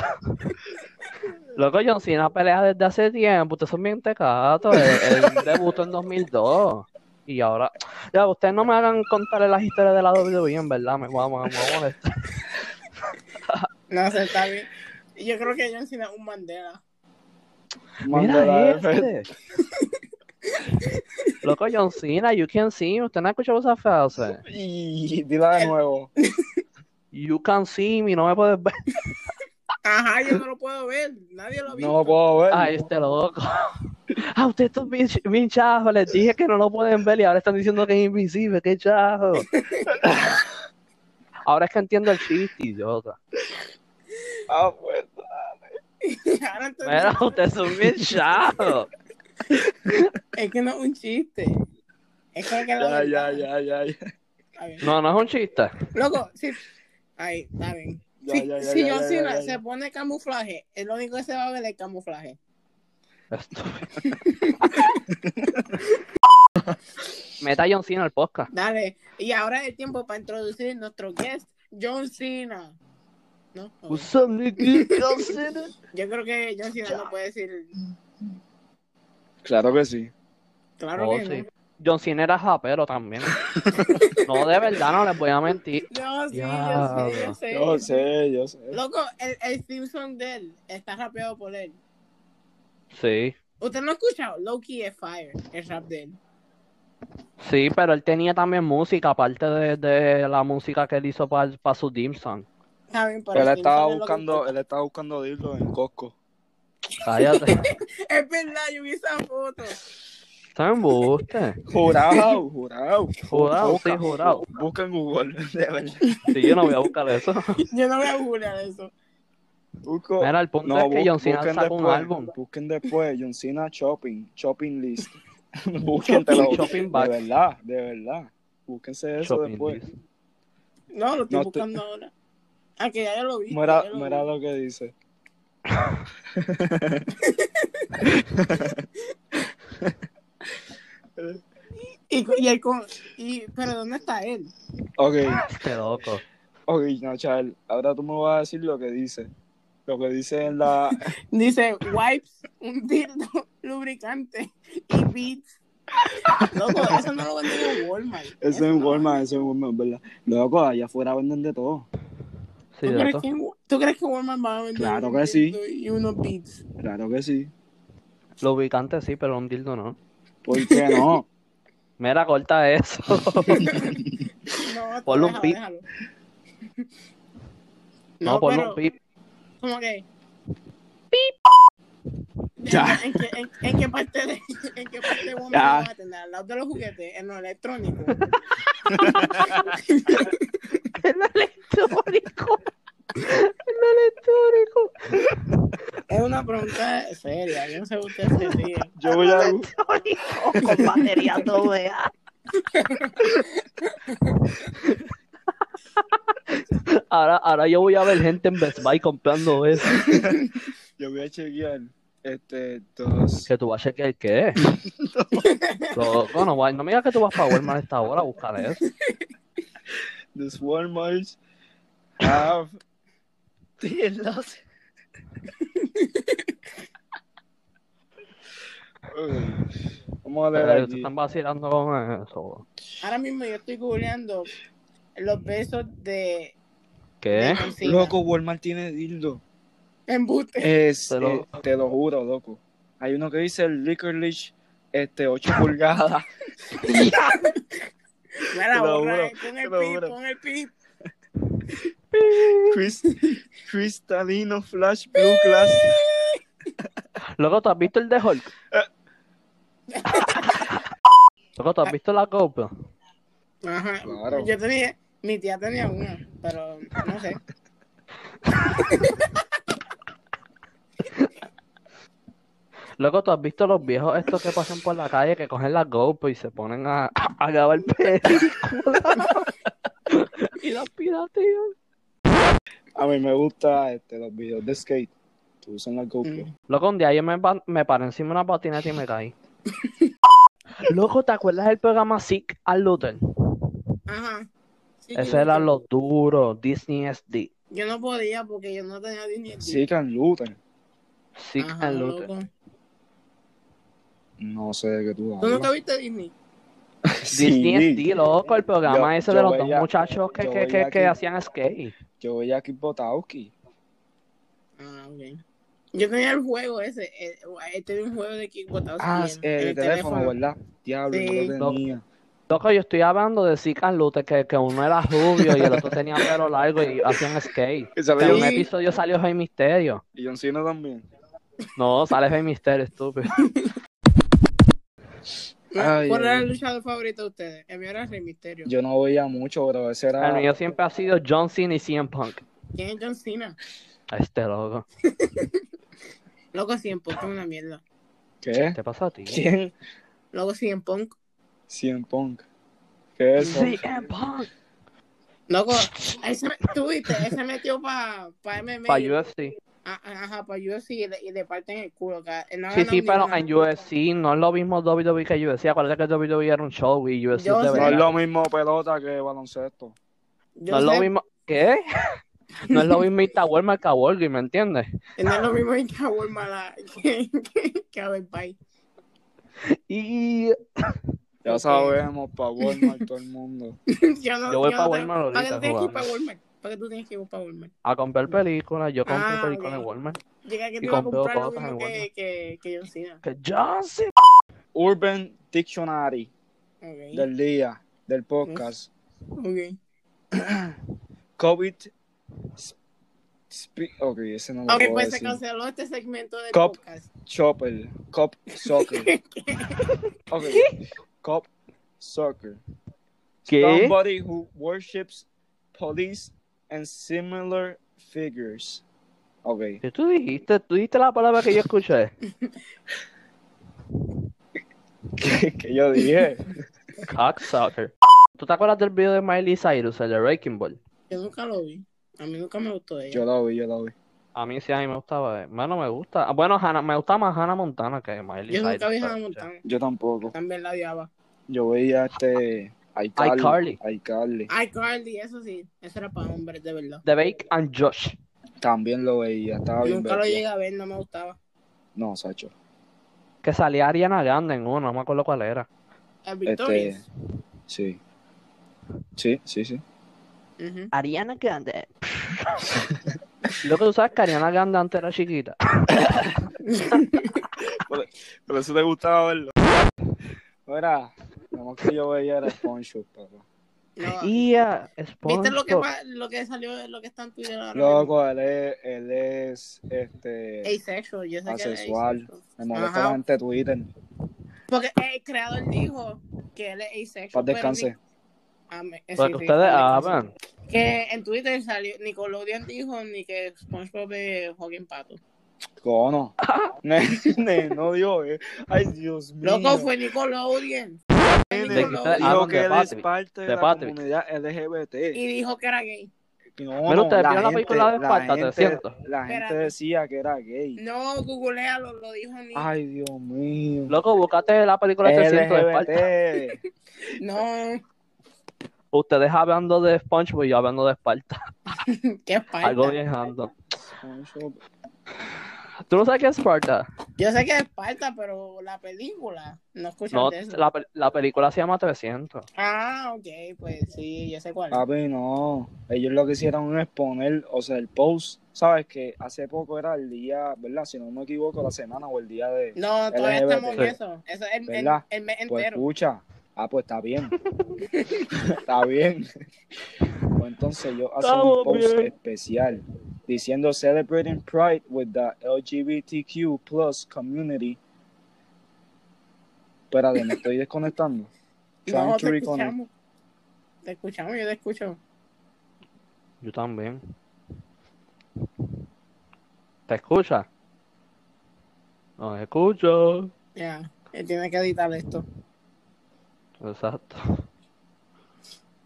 [SPEAKER 2] Loco, John Cena pelea desde hace tiempo. Ustedes son bien tecatos. Él, él debutó en 2002. y ahora. Ya, ustedes no me hagan contarle las historias de la WWE, en verdad, me voy a, me voy a molestar.
[SPEAKER 3] No sé, está bien. Yo creo que John Cena es un Mandela.
[SPEAKER 2] Mira
[SPEAKER 1] Mandela Effect.
[SPEAKER 2] este. Loco John Cena, you can see me. Usted no ha escuchado esa frase.
[SPEAKER 1] Y dila de nuevo.
[SPEAKER 2] You can see me, no me puedes ver.
[SPEAKER 3] Ajá, yo no lo puedo ver. Nadie lo vio.
[SPEAKER 1] No lo puedo ver.
[SPEAKER 2] Ay, este loco. Ah, ustedes son bien, bien chajos. Les dije que no lo pueden ver y ahora están diciendo que es invisible. Qué chajo. Ahora es que entiendo el chiste, idiota.
[SPEAKER 1] Ah, pues.
[SPEAKER 3] Ahora entendí.
[SPEAKER 2] Mira, ustedes son bien chajos.
[SPEAKER 3] Es que no es un chiste. Es como que la
[SPEAKER 1] Ya, ya, ya,
[SPEAKER 3] verdad.
[SPEAKER 1] ya. ya.
[SPEAKER 3] Está bien.
[SPEAKER 2] No, no es un chiste.
[SPEAKER 3] Loco, sí. Ahí, está bien.
[SPEAKER 1] Ya,
[SPEAKER 3] si
[SPEAKER 1] ya, ya,
[SPEAKER 3] si
[SPEAKER 1] ya,
[SPEAKER 3] John
[SPEAKER 1] ya,
[SPEAKER 3] Cena
[SPEAKER 1] ya, ya.
[SPEAKER 3] se pone camuflaje, el único que se va a ver es camuflaje.
[SPEAKER 2] Estúpido. Meta a John Cena al podcast.
[SPEAKER 3] Dale. Y ahora es el tiempo para introducir nuestro guest, John Cena. ¿No? Ok.
[SPEAKER 2] What's up, nigga? John Cena.
[SPEAKER 3] Yo creo que John Cena no puede decir.
[SPEAKER 1] Claro que sí.
[SPEAKER 3] Claro
[SPEAKER 2] Oh,
[SPEAKER 3] que
[SPEAKER 2] sí. John Cena era japero también. No, de verdad, no les voy a mentir.
[SPEAKER 3] no. No, sí,
[SPEAKER 2] Diablo.
[SPEAKER 3] yo sé,
[SPEAKER 1] Yo
[SPEAKER 3] yo sé.
[SPEAKER 1] sé, yo sé.
[SPEAKER 3] Loco, el, el Simpson de él está rapeado por él.
[SPEAKER 2] Sí.
[SPEAKER 3] ¿Usted no ha escuchado? Loki es fire, el rap de él.
[SPEAKER 2] Sí, pero él tenía también música, aparte de, de la música que él hizo para su Dim Song.
[SPEAKER 3] Está bien, pero
[SPEAKER 1] Él
[SPEAKER 3] Simpson
[SPEAKER 1] estaba
[SPEAKER 3] es lo que
[SPEAKER 1] buscando,
[SPEAKER 3] importa.
[SPEAKER 1] él estaba buscando dildo en Costco.
[SPEAKER 2] Cállate.
[SPEAKER 3] Es verdad, yo vi esa foto.
[SPEAKER 2] Está en embuste.
[SPEAKER 1] Jurado, jurado.
[SPEAKER 2] Jurado, sí,
[SPEAKER 1] Busca-
[SPEAKER 2] jurado.
[SPEAKER 1] Busca en Google, de verdad.
[SPEAKER 2] Sí, yo no voy a buscar eso.
[SPEAKER 3] Yo no voy a googlear eso.
[SPEAKER 1] Busco.
[SPEAKER 2] Mira, el punto
[SPEAKER 1] No,
[SPEAKER 2] es que
[SPEAKER 1] bu-
[SPEAKER 2] John Cena
[SPEAKER 1] busquen
[SPEAKER 2] sacó un
[SPEAKER 1] después,
[SPEAKER 2] álbum.
[SPEAKER 1] Busquen después, John Cena Shopping, Shopping List. Búsquentelo.
[SPEAKER 2] Shopping
[SPEAKER 1] de
[SPEAKER 2] bag.
[SPEAKER 1] verdad, de verdad. Búsquense eso
[SPEAKER 2] Shopping
[SPEAKER 1] después.
[SPEAKER 2] list.
[SPEAKER 3] No, lo estoy
[SPEAKER 1] No, tú-
[SPEAKER 3] buscando ahora. Ah, que ya yo lo vi.
[SPEAKER 1] Mira,
[SPEAKER 3] ya yo lo
[SPEAKER 1] mira
[SPEAKER 3] vi.
[SPEAKER 1] lo que dice.
[SPEAKER 3] Y, cu- y el con... y, pero ¿dónde está él?
[SPEAKER 1] Ok,
[SPEAKER 2] Este loco.
[SPEAKER 1] ok, no, Charles, ahora tú me vas a decir lo que dice. Lo que dice en la...
[SPEAKER 3] Dice wipes, un dildo, lubricante y beats. Loco, eso no lo venden en Walmart.
[SPEAKER 1] Eso es en Walmart, eso es en Walmart, ¿verdad? Loco, allá afuera venden de todo.
[SPEAKER 2] Sí,
[SPEAKER 3] ¿Tú,
[SPEAKER 2] de
[SPEAKER 3] crees
[SPEAKER 2] eso.
[SPEAKER 3] que, en- tú crees que Walmart va a vender
[SPEAKER 1] Claro
[SPEAKER 3] un
[SPEAKER 1] que sí.
[SPEAKER 3] dildo y unos beats?
[SPEAKER 1] Claro que sí.
[SPEAKER 2] Lo ubicante sí, pero un dildo no.
[SPEAKER 1] ¿Por qué no?
[SPEAKER 2] Mira, corta eso.
[SPEAKER 3] No,
[SPEAKER 2] Ponle un
[SPEAKER 3] déjalo,
[SPEAKER 2] beat.
[SPEAKER 3] déjalo.
[SPEAKER 2] No,
[SPEAKER 3] No,
[SPEAKER 2] por
[SPEAKER 3] pero,
[SPEAKER 2] un pip.
[SPEAKER 3] ¿cómo que?
[SPEAKER 1] Ya.
[SPEAKER 3] ¿En, qué, en, en qué parte de, en qué parte de Walmart
[SPEAKER 1] Ya.
[SPEAKER 3] vamos a tener? ¿Al lado de los juguetes? ¿En lo electrónico?
[SPEAKER 2] El electrónico. El
[SPEAKER 3] Es una pregunta seria, yo no sé usted se ríe.
[SPEAKER 1] Yo voy a...
[SPEAKER 2] electrónico. Con batería 2A. Ahora, ahora yo voy a ver gente en Best Buy comprando eso.
[SPEAKER 1] Yo voy a chequear. Este, dos...
[SPEAKER 2] Que tú vas a chequear qué. Loco, no, va- no me digas que tú vas para Walmart a esta hora a buscar eso.
[SPEAKER 1] This Walmart have... the enlace. Ok, Vamos a leer
[SPEAKER 2] Pero te
[SPEAKER 1] aquí.
[SPEAKER 2] están vacilando con eso.
[SPEAKER 3] Ahora mismo yo estoy googleando los besos de,
[SPEAKER 2] ¿Qué?
[SPEAKER 3] de John Cena.
[SPEAKER 1] ¿Eh? Loco, Walmart tiene dildo.
[SPEAKER 3] Embuste.
[SPEAKER 1] Es,
[SPEAKER 2] Te lo-
[SPEAKER 1] eh, te lo juro, loco. Hay uno que dice el Liquor Leash, este, 8 pulgadas.
[SPEAKER 3] Mira,
[SPEAKER 1] te lo
[SPEAKER 3] borra,
[SPEAKER 1] juro,
[SPEAKER 3] eh, pon
[SPEAKER 1] te
[SPEAKER 3] el
[SPEAKER 1] lo
[SPEAKER 3] pip,
[SPEAKER 1] juro.
[SPEAKER 3] pon el pip.
[SPEAKER 1] Cris- cristalino Flash Blue Glass.
[SPEAKER 2] Loco, ¿tú has visto el de Hulk? Loco, ¿tú has visto la copa?
[SPEAKER 3] Ajá.
[SPEAKER 1] Claro.
[SPEAKER 3] Yo tenía, mi tía tenía una, pero no sé.
[SPEAKER 2] Loco, ¿tú has visto los viejos estos que pasan por la calle que cogen la GoPro y se ponen a, a grabar películas? y las piratean.
[SPEAKER 1] A mí me gusta este, los videos de skate. Tú usan la GoPro.
[SPEAKER 3] Mm.
[SPEAKER 2] Loco, un día yo me, pa- me paré encima de una patineta y me caí. Loco, ¿te acuerdas del programa Sick al Luther?
[SPEAKER 3] Ajá. Sí,
[SPEAKER 2] Ese
[SPEAKER 3] yo-
[SPEAKER 2] eran los duros, Disney SD.
[SPEAKER 3] Yo no podía porque yo no tenía dinero.
[SPEAKER 1] Sí, can Luther.
[SPEAKER 2] Sick
[SPEAKER 3] Ajá,
[SPEAKER 2] and Luther.
[SPEAKER 3] loco.
[SPEAKER 1] No sé de qué tú
[SPEAKER 3] ¿Tú nunca
[SPEAKER 1] hablas.
[SPEAKER 3] viste Disney?
[SPEAKER 2] Disney
[SPEAKER 1] Sí.
[SPEAKER 2] XD, loco, el programa
[SPEAKER 1] Yo-
[SPEAKER 2] ese de
[SPEAKER 1] yo
[SPEAKER 2] los dos
[SPEAKER 1] veía-
[SPEAKER 2] muchachos que,
[SPEAKER 1] yo
[SPEAKER 2] que,
[SPEAKER 1] veía
[SPEAKER 2] que, que
[SPEAKER 1] que-
[SPEAKER 2] hacían skate.
[SPEAKER 1] Yo voy a Kid Botowski.
[SPEAKER 3] Ah, ok. Yo tenía el juego ese. eh, eh, tenía un juego de kickboxing.
[SPEAKER 1] Ah, el, teléfono, ¿verdad? Diablo,
[SPEAKER 3] eh, Sí.
[SPEAKER 1] yo lo tenía.
[SPEAKER 2] Loco, yo estoy hablando de Sican Lute, que, que uno era rubio y el otro tenía pelo largo y hacían skate.
[SPEAKER 1] Y
[SPEAKER 2] Que en
[SPEAKER 1] sale
[SPEAKER 2] un
[SPEAKER 1] John-
[SPEAKER 3] Sí.
[SPEAKER 2] episodio salió Rey Misterio.
[SPEAKER 1] y John Cena también.
[SPEAKER 2] No, sale Rey Misterio, estúpido.
[SPEAKER 1] Ay,
[SPEAKER 3] ¿Cuál era
[SPEAKER 1] ay.
[SPEAKER 3] el luchador favorito de ustedes? El mío era Rey Misterio.
[SPEAKER 1] Yo no veía mucho, pero ese
[SPEAKER 2] El
[SPEAKER 1] era.
[SPEAKER 2] mío siempre ha sido John Cena y CM Punk.
[SPEAKER 3] ¿Quién es John Cena?
[SPEAKER 2] Este loco.
[SPEAKER 3] Loco 100 Punk es una mierda.
[SPEAKER 1] ¿Qué?
[SPEAKER 2] ¿Qué te pasa a ti?
[SPEAKER 1] ¿Quién?
[SPEAKER 3] Loco 100 Punk.
[SPEAKER 1] CM Punk. ¿Qué es eso?
[SPEAKER 2] CM Punk.
[SPEAKER 3] Loco, él se, met- tú viste, él se metió para pa MMA.
[SPEAKER 2] Para UFC.
[SPEAKER 3] A- a- Ah, Ajá, para UFC y le, y le parten el culo. ca- él Ah, no ha
[SPEAKER 2] Sí,
[SPEAKER 3] ganado
[SPEAKER 2] sí,
[SPEAKER 3] ni
[SPEAKER 2] pero
[SPEAKER 3] una.
[SPEAKER 2] en UFC no es lo mismo WWE que UFC. Acuérdate que WWE era un show y UFC
[SPEAKER 3] Yo
[SPEAKER 2] es de
[SPEAKER 3] sé.
[SPEAKER 1] No es
[SPEAKER 2] verdad.
[SPEAKER 1] lo mismo pelota que baloncesto.
[SPEAKER 3] Yo
[SPEAKER 2] No es lo
[SPEAKER 3] sé-
[SPEAKER 2] mismo. ¿Qué? No es lo mismo Insta Walmart que a Walgreens, ¿me entiendes?
[SPEAKER 3] No es lo mismo en que a Walmart que, que, que a Best Buy.
[SPEAKER 2] Y
[SPEAKER 1] Ya
[SPEAKER 3] Ok.
[SPEAKER 1] sabemos, pa' Walmart, todo el mundo.
[SPEAKER 3] Yo, no,
[SPEAKER 2] Yo voy
[SPEAKER 3] yo
[SPEAKER 2] pa'
[SPEAKER 3] no
[SPEAKER 2] Walmart
[SPEAKER 3] tengo- ¿Para qué tú
[SPEAKER 2] ahorita,
[SPEAKER 3] tienes que ir
[SPEAKER 2] jugando.
[SPEAKER 3] para Walmart? ¿Para qué tú tienes que ir para Walmart?
[SPEAKER 2] a comprar películas. Yo compré
[SPEAKER 3] Ah,
[SPEAKER 2] películas
[SPEAKER 3] ok.
[SPEAKER 2] en Walmart.
[SPEAKER 3] Llega que
[SPEAKER 2] Y
[SPEAKER 3] te iba a
[SPEAKER 2] compró
[SPEAKER 3] comprar lo
[SPEAKER 2] cosas en
[SPEAKER 3] mismo que,
[SPEAKER 2] Walmart.
[SPEAKER 3] que, que John Cena.
[SPEAKER 2] Que John Cena.
[SPEAKER 1] Urban Dictionary
[SPEAKER 3] Ok.
[SPEAKER 1] del día, del podcast.
[SPEAKER 3] ok.
[SPEAKER 1] COVID. sp- ok, ese no lo
[SPEAKER 3] Ok,
[SPEAKER 1] puedo
[SPEAKER 3] pues se
[SPEAKER 1] decir.
[SPEAKER 3] canceló este segmento del
[SPEAKER 1] Cop.
[SPEAKER 3] podcast.
[SPEAKER 1] Chopper. Cop soccer. ok. Cop soccer.
[SPEAKER 2] ¿Qué?
[SPEAKER 1] Somebody who worships police and similar figures. Ok.
[SPEAKER 2] ¿Qué tú dijiste? ¿Tú dijiste la palabra que yo escuché?
[SPEAKER 1] ¿Qué, qué yo dije?
[SPEAKER 2] Cocksucker. ¿Tú te acuerdas del video de Miley Cyrus, el de Wrecking Ball?
[SPEAKER 3] Yo nunca lo vi. A mí nunca me gustó ella.
[SPEAKER 1] Yo lo vi, yo lo vi.
[SPEAKER 2] A mí sí, a mí me gustaba. eh. Bueno, me gusta. ah, Bueno, Hannah, me gusta más Hannah Montana que Miley
[SPEAKER 3] Yo
[SPEAKER 2] Cyrus.
[SPEAKER 3] nunca vi a
[SPEAKER 2] pero-
[SPEAKER 3] Hannah Montana.
[SPEAKER 1] Yo tampoco.
[SPEAKER 3] También la odiaba.
[SPEAKER 1] Yo veía este. iCarly.
[SPEAKER 2] iCarly.
[SPEAKER 1] iCarly.
[SPEAKER 3] Ay, Carly, eso sí. Eso era para hombres, de verdad.
[SPEAKER 2] The Bake and Josh.
[SPEAKER 1] También lo veía. Estaba bien.
[SPEAKER 3] Nunca lo
[SPEAKER 1] vestido.
[SPEAKER 3] llegué a ver, no me gustaba.
[SPEAKER 1] No, Sacho.
[SPEAKER 2] Que salía Ariana Grande en uno, no me acuerdo cuál era.
[SPEAKER 3] El Victorious.
[SPEAKER 1] Sí. Sí, sí, sí. Este,
[SPEAKER 3] Ujú.
[SPEAKER 2] Ariana Grande. Lo que tú sabes que Ariana Grande antes era chiquita.
[SPEAKER 1] Por eso te gustaba verlo. Ahora, lo más que yo veía era SpongeBob, papá.
[SPEAKER 3] No.
[SPEAKER 2] Y ah,
[SPEAKER 3] ¿Viste lo que,
[SPEAKER 2] SpongeBob.
[SPEAKER 3] pa- lo que salió, lo que está en Twitter
[SPEAKER 1] Ah,
[SPEAKER 3] ahora?
[SPEAKER 1] Loco, él es, él es este,
[SPEAKER 3] Asexual, yo sé
[SPEAKER 1] Asexual.
[SPEAKER 3] que él es
[SPEAKER 1] me molesta
[SPEAKER 3] Ajá.
[SPEAKER 1] la gente de Twitter.
[SPEAKER 3] Porque el creador dijo que él es asexual.
[SPEAKER 1] Paz
[SPEAKER 3] pero
[SPEAKER 1] descanse.
[SPEAKER 3] ni- Ah, me- eh,
[SPEAKER 2] Para
[SPEAKER 3] sí,
[SPEAKER 2] que
[SPEAKER 3] sí,
[SPEAKER 2] ustedes
[SPEAKER 3] paz descanse.
[SPEAKER 2] hablan.
[SPEAKER 3] Que en Twitter salió, Nickelodeon dijo ni que SpongeBob es Joaquín Pato.
[SPEAKER 1] Cono. Ne- ne, no dios, eh. Ay, Dios mío.
[SPEAKER 3] Loco, fue Nickelodeon. Fue
[SPEAKER 1] Nene,
[SPEAKER 2] De Ah, que ustedes
[SPEAKER 3] Nickelodeon.
[SPEAKER 1] Dijo
[SPEAKER 2] hablan
[SPEAKER 1] que
[SPEAKER 2] de
[SPEAKER 1] él es
[SPEAKER 2] Patrick.
[SPEAKER 1] parte de,
[SPEAKER 2] de
[SPEAKER 1] la
[SPEAKER 2] Patrick.
[SPEAKER 1] comunidad LGBT.
[SPEAKER 3] Y dijo que era gay.
[SPEAKER 1] No,
[SPEAKER 2] Pero ustedes
[SPEAKER 1] la
[SPEAKER 2] vieron la
[SPEAKER 1] gente-
[SPEAKER 2] película de
[SPEAKER 1] la
[SPEAKER 2] Esparta, te
[SPEAKER 1] gente-
[SPEAKER 2] siento.
[SPEAKER 1] La gente
[SPEAKER 3] Espérate.
[SPEAKER 1] decía que era gay.
[SPEAKER 3] No, googlealo, lo dijo ni.
[SPEAKER 1] Ay, Dios mío.
[SPEAKER 2] Loco, buscate la película de 300 de Esparta.
[SPEAKER 1] LGBT.
[SPEAKER 3] No,
[SPEAKER 2] Ustedes hablando de SpongeBob y yo hablando de Esparta.
[SPEAKER 3] qué Esparta.
[SPEAKER 2] Algo bien random.
[SPEAKER 1] SpongeBob.
[SPEAKER 2] ¿Tú no sabes qué es Esparta?
[SPEAKER 3] Yo sé que es Esparta, pero la película, no escuchaste
[SPEAKER 2] No,
[SPEAKER 3] eso.
[SPEAKER 2] la, pel- la película se llama 300.
[SPEAKER 3] Ah, ok, pues sí, yo sé cuál. es.
[SPEAKER 1] Papi, no. Ellos lo que hicieron es poner, o sea, el post, ¿sabes? Que hace poco era el día, ¿verdad? Si no me equivoco, la semana o el día de.
[SPEAKER 3] No, todavía
[SPEAKER 1] LGBT.
[SPEAKER 3] estamos en eso. Eso es el, el,
[SPEAKER 1] ¿Verdad?
[SPEAKER 3] el mes
[SPEAKER 1] Pues
[SPEAKER 3] entero.
[SPEAKER 1] escucha. Ah, pues está bien. está bien. Pues entonces yo hago un
[SPEAKER 2] Estamos
[SPEAKER 1] post
[SPEAKER 2] bien.
[SPEAKER 1] especial diciendo Celebrating Pride with the LGBTQ plus community. Espérate, me estoy desconectando.
[SPEAKER 3] no,
[SPEAKER 1] Trying
[SPEAKER 3] te
[SPEAKER 1] to reconnect.
[SPEAKER 3] escuchamos. Te escuchamos, yo te escucho.
[SPEAKER 2] Yo también. ¿Te escucha? No, escucho.
[SPEAKER 3] Ya, él tiene que editar esto.
[SPEAKER 2] Exacto.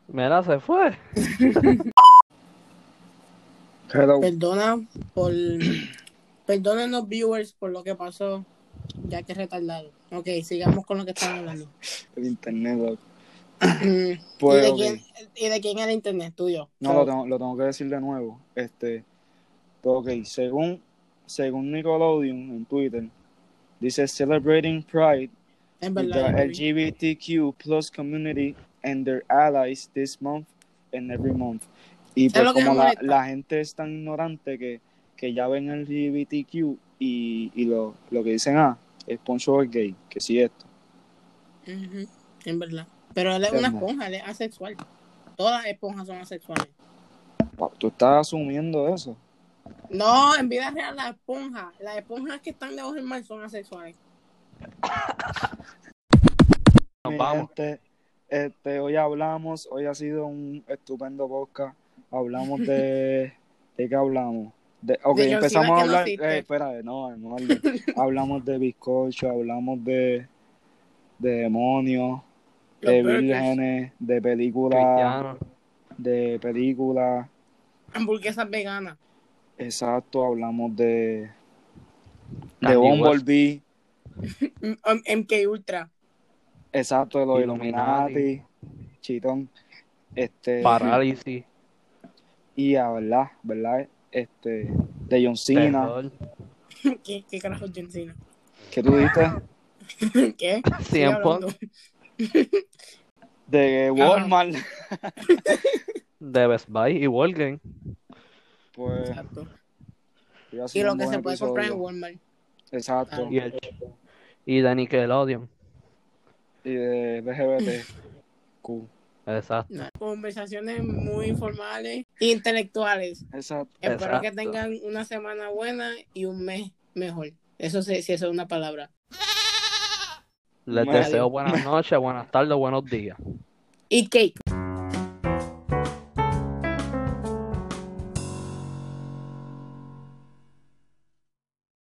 [SPEAKER 2] Mira, se fue.
[SPEAKER 1] Hello.
[SPEAKER 3] Perdona por... Perdónenos, viewers, por lo que pasó, ya que es retardado. Ok, sigamos con lo que estamos hablando.
[SPEAKER 1] El internet, loco.
[SPEAKER 3] ¿Y,
[SPEAKER 1] Pues,
[SPEAKER 3] de
[SPEAKER 1] ok.
[SPEAKER 3] quién, ¿Y de quién era internet tuyo?
[SPEAKER 1] No, lo tengo, lo tengo que decir de nuevo. Este, pues, ok, según, según Nickelodeon en Twitter, dice Celebrating Pride
[SPEAKER 3] Es
[SPEAKER 1] with
[SPEAKER 3] verdad. yo
[SPEAKER 1] the
[SPEAKER 3] lo vi.
[SPEAKER 1] LGBTQ plus community and their allies this month and every month. Y pues
[SPEAKER 3] ¿Sabes lo que me
[SPEAKER 1] como la,
[SPEAKER 3] molesta?
[SPEAKER 1] la gente es tan ignorante que, que ya ven LGBTQ y, y lo, lo que dicen, ah, es Poncho es gay, que sí esto.
[SPEAKER 3] Ujú, Es verdad. Pero él es una
[SPEAKER 1] Calma.
[SPEAKER 3] esponja, él es asexual. Todas las esponjas son asexuales.
[SPEAKER 1] Pa, Tú estás asumiendo eso.
[SPEAKER 3] No, en vida real las esponjas, las esponjas que están debajo del mar son asexuales.
[SPEAKER 2] Nos
[SPEAKER 1] Mi
[SPEAKER 2] vamos.
[SPEAKER 1] gente, este, hoy hablamos, hoy ha sido un estupendo podcast. Hablamos de. ¿De qué hablamos? De, ok,
[SPEAKER 3] De John
[SPEAKER 1] empezamos
[SPEAKER 3] Cena
[SPEAKER 1] a
[SPEAKER 3] que no
[SPEAKER 1] hablar.
[SPEAKER 3] existe.
[SPEAKER 1] eh, espérate, no, en orden. hablamos de bizcocho, hablamos de. de demonios,
[SPEAKER 3] Los
[SPEAKER 1] de
[SPEAKER 3] burgers,
[SPEAKER 1] vírgenes, de películas.
[SPEAKER 2] Cristiano.
[SPEAKER 1] De películas,
[SPEAKER 3] hamburguesas veganas.
[SPEAKER 1] exacto, hablamos de. de
[SPEAKER 2] Kanye West.
[SPEAKER 1] Bumblebee,
[SPEAKER 3] M- mm, oh, M- MK Ultra.
[SPEAKER 1] exacto, de los
[SPEAKER 2] Illuminati.
[SPEAKER 1] Illuminati, Chitón. Este.
[SPEAKER 2] Parálisis.
[SPEAKER 1] y a verdad, ¿verdad? Este, de John Cena,
[SPEAKER 2] Terror.
[SPEAKER 3] ¿Qué, qué carajo es John Cena?
[SPEAKER 1] que tú dijiste,
[SPEAKER 3] ¿Qué? Sigue
[SPEAKER 2] Cien
[SPEAKER 3] hablando.
[SPEAKER 1] de Walmart,
[SPEAKER 2] de Best Buy y Wolgen.
[SPEAKER 1] pues
[SPEAKER 3] Exacto.
[SPEAKER 1] hubiera
[SPEAKER 3] Y
[SPEAKER 1] sido
[SPEAKER 3] lo
[SPEAKER 1] un
[SPEAKER 3] que
[SPEAKER 1] buen
[SPEAKER 3] se puede comprar en
[SPEAKER 1] episodio.
[SPEAKER 3] Walmart.
[SPEAKER 1] Exacto,
[SPEAKER 2] Y, el, y de Nickelodeon.
[SPEAKER 1] y de LGBT.
[SPEAKER 2] Exacto.
[SPEAKER 3] No. Conversaciones muy informales e intelectuales.
[SPEAKER 1] Exacto.
[SPEAKER 3] Espero que
[SPEAKER 2] Exacto.
[SPEAKER 3] tengan una semana buena y un mes mejor. Eso sí, sí, eso es una palabra.
[SPEAKER 2] Les
[SPEAKER 1] Madre.
[SPEAKER 2] deseo buenas noches, buenas tardes, buenos días.
[SPEAKER 3] Eat cake.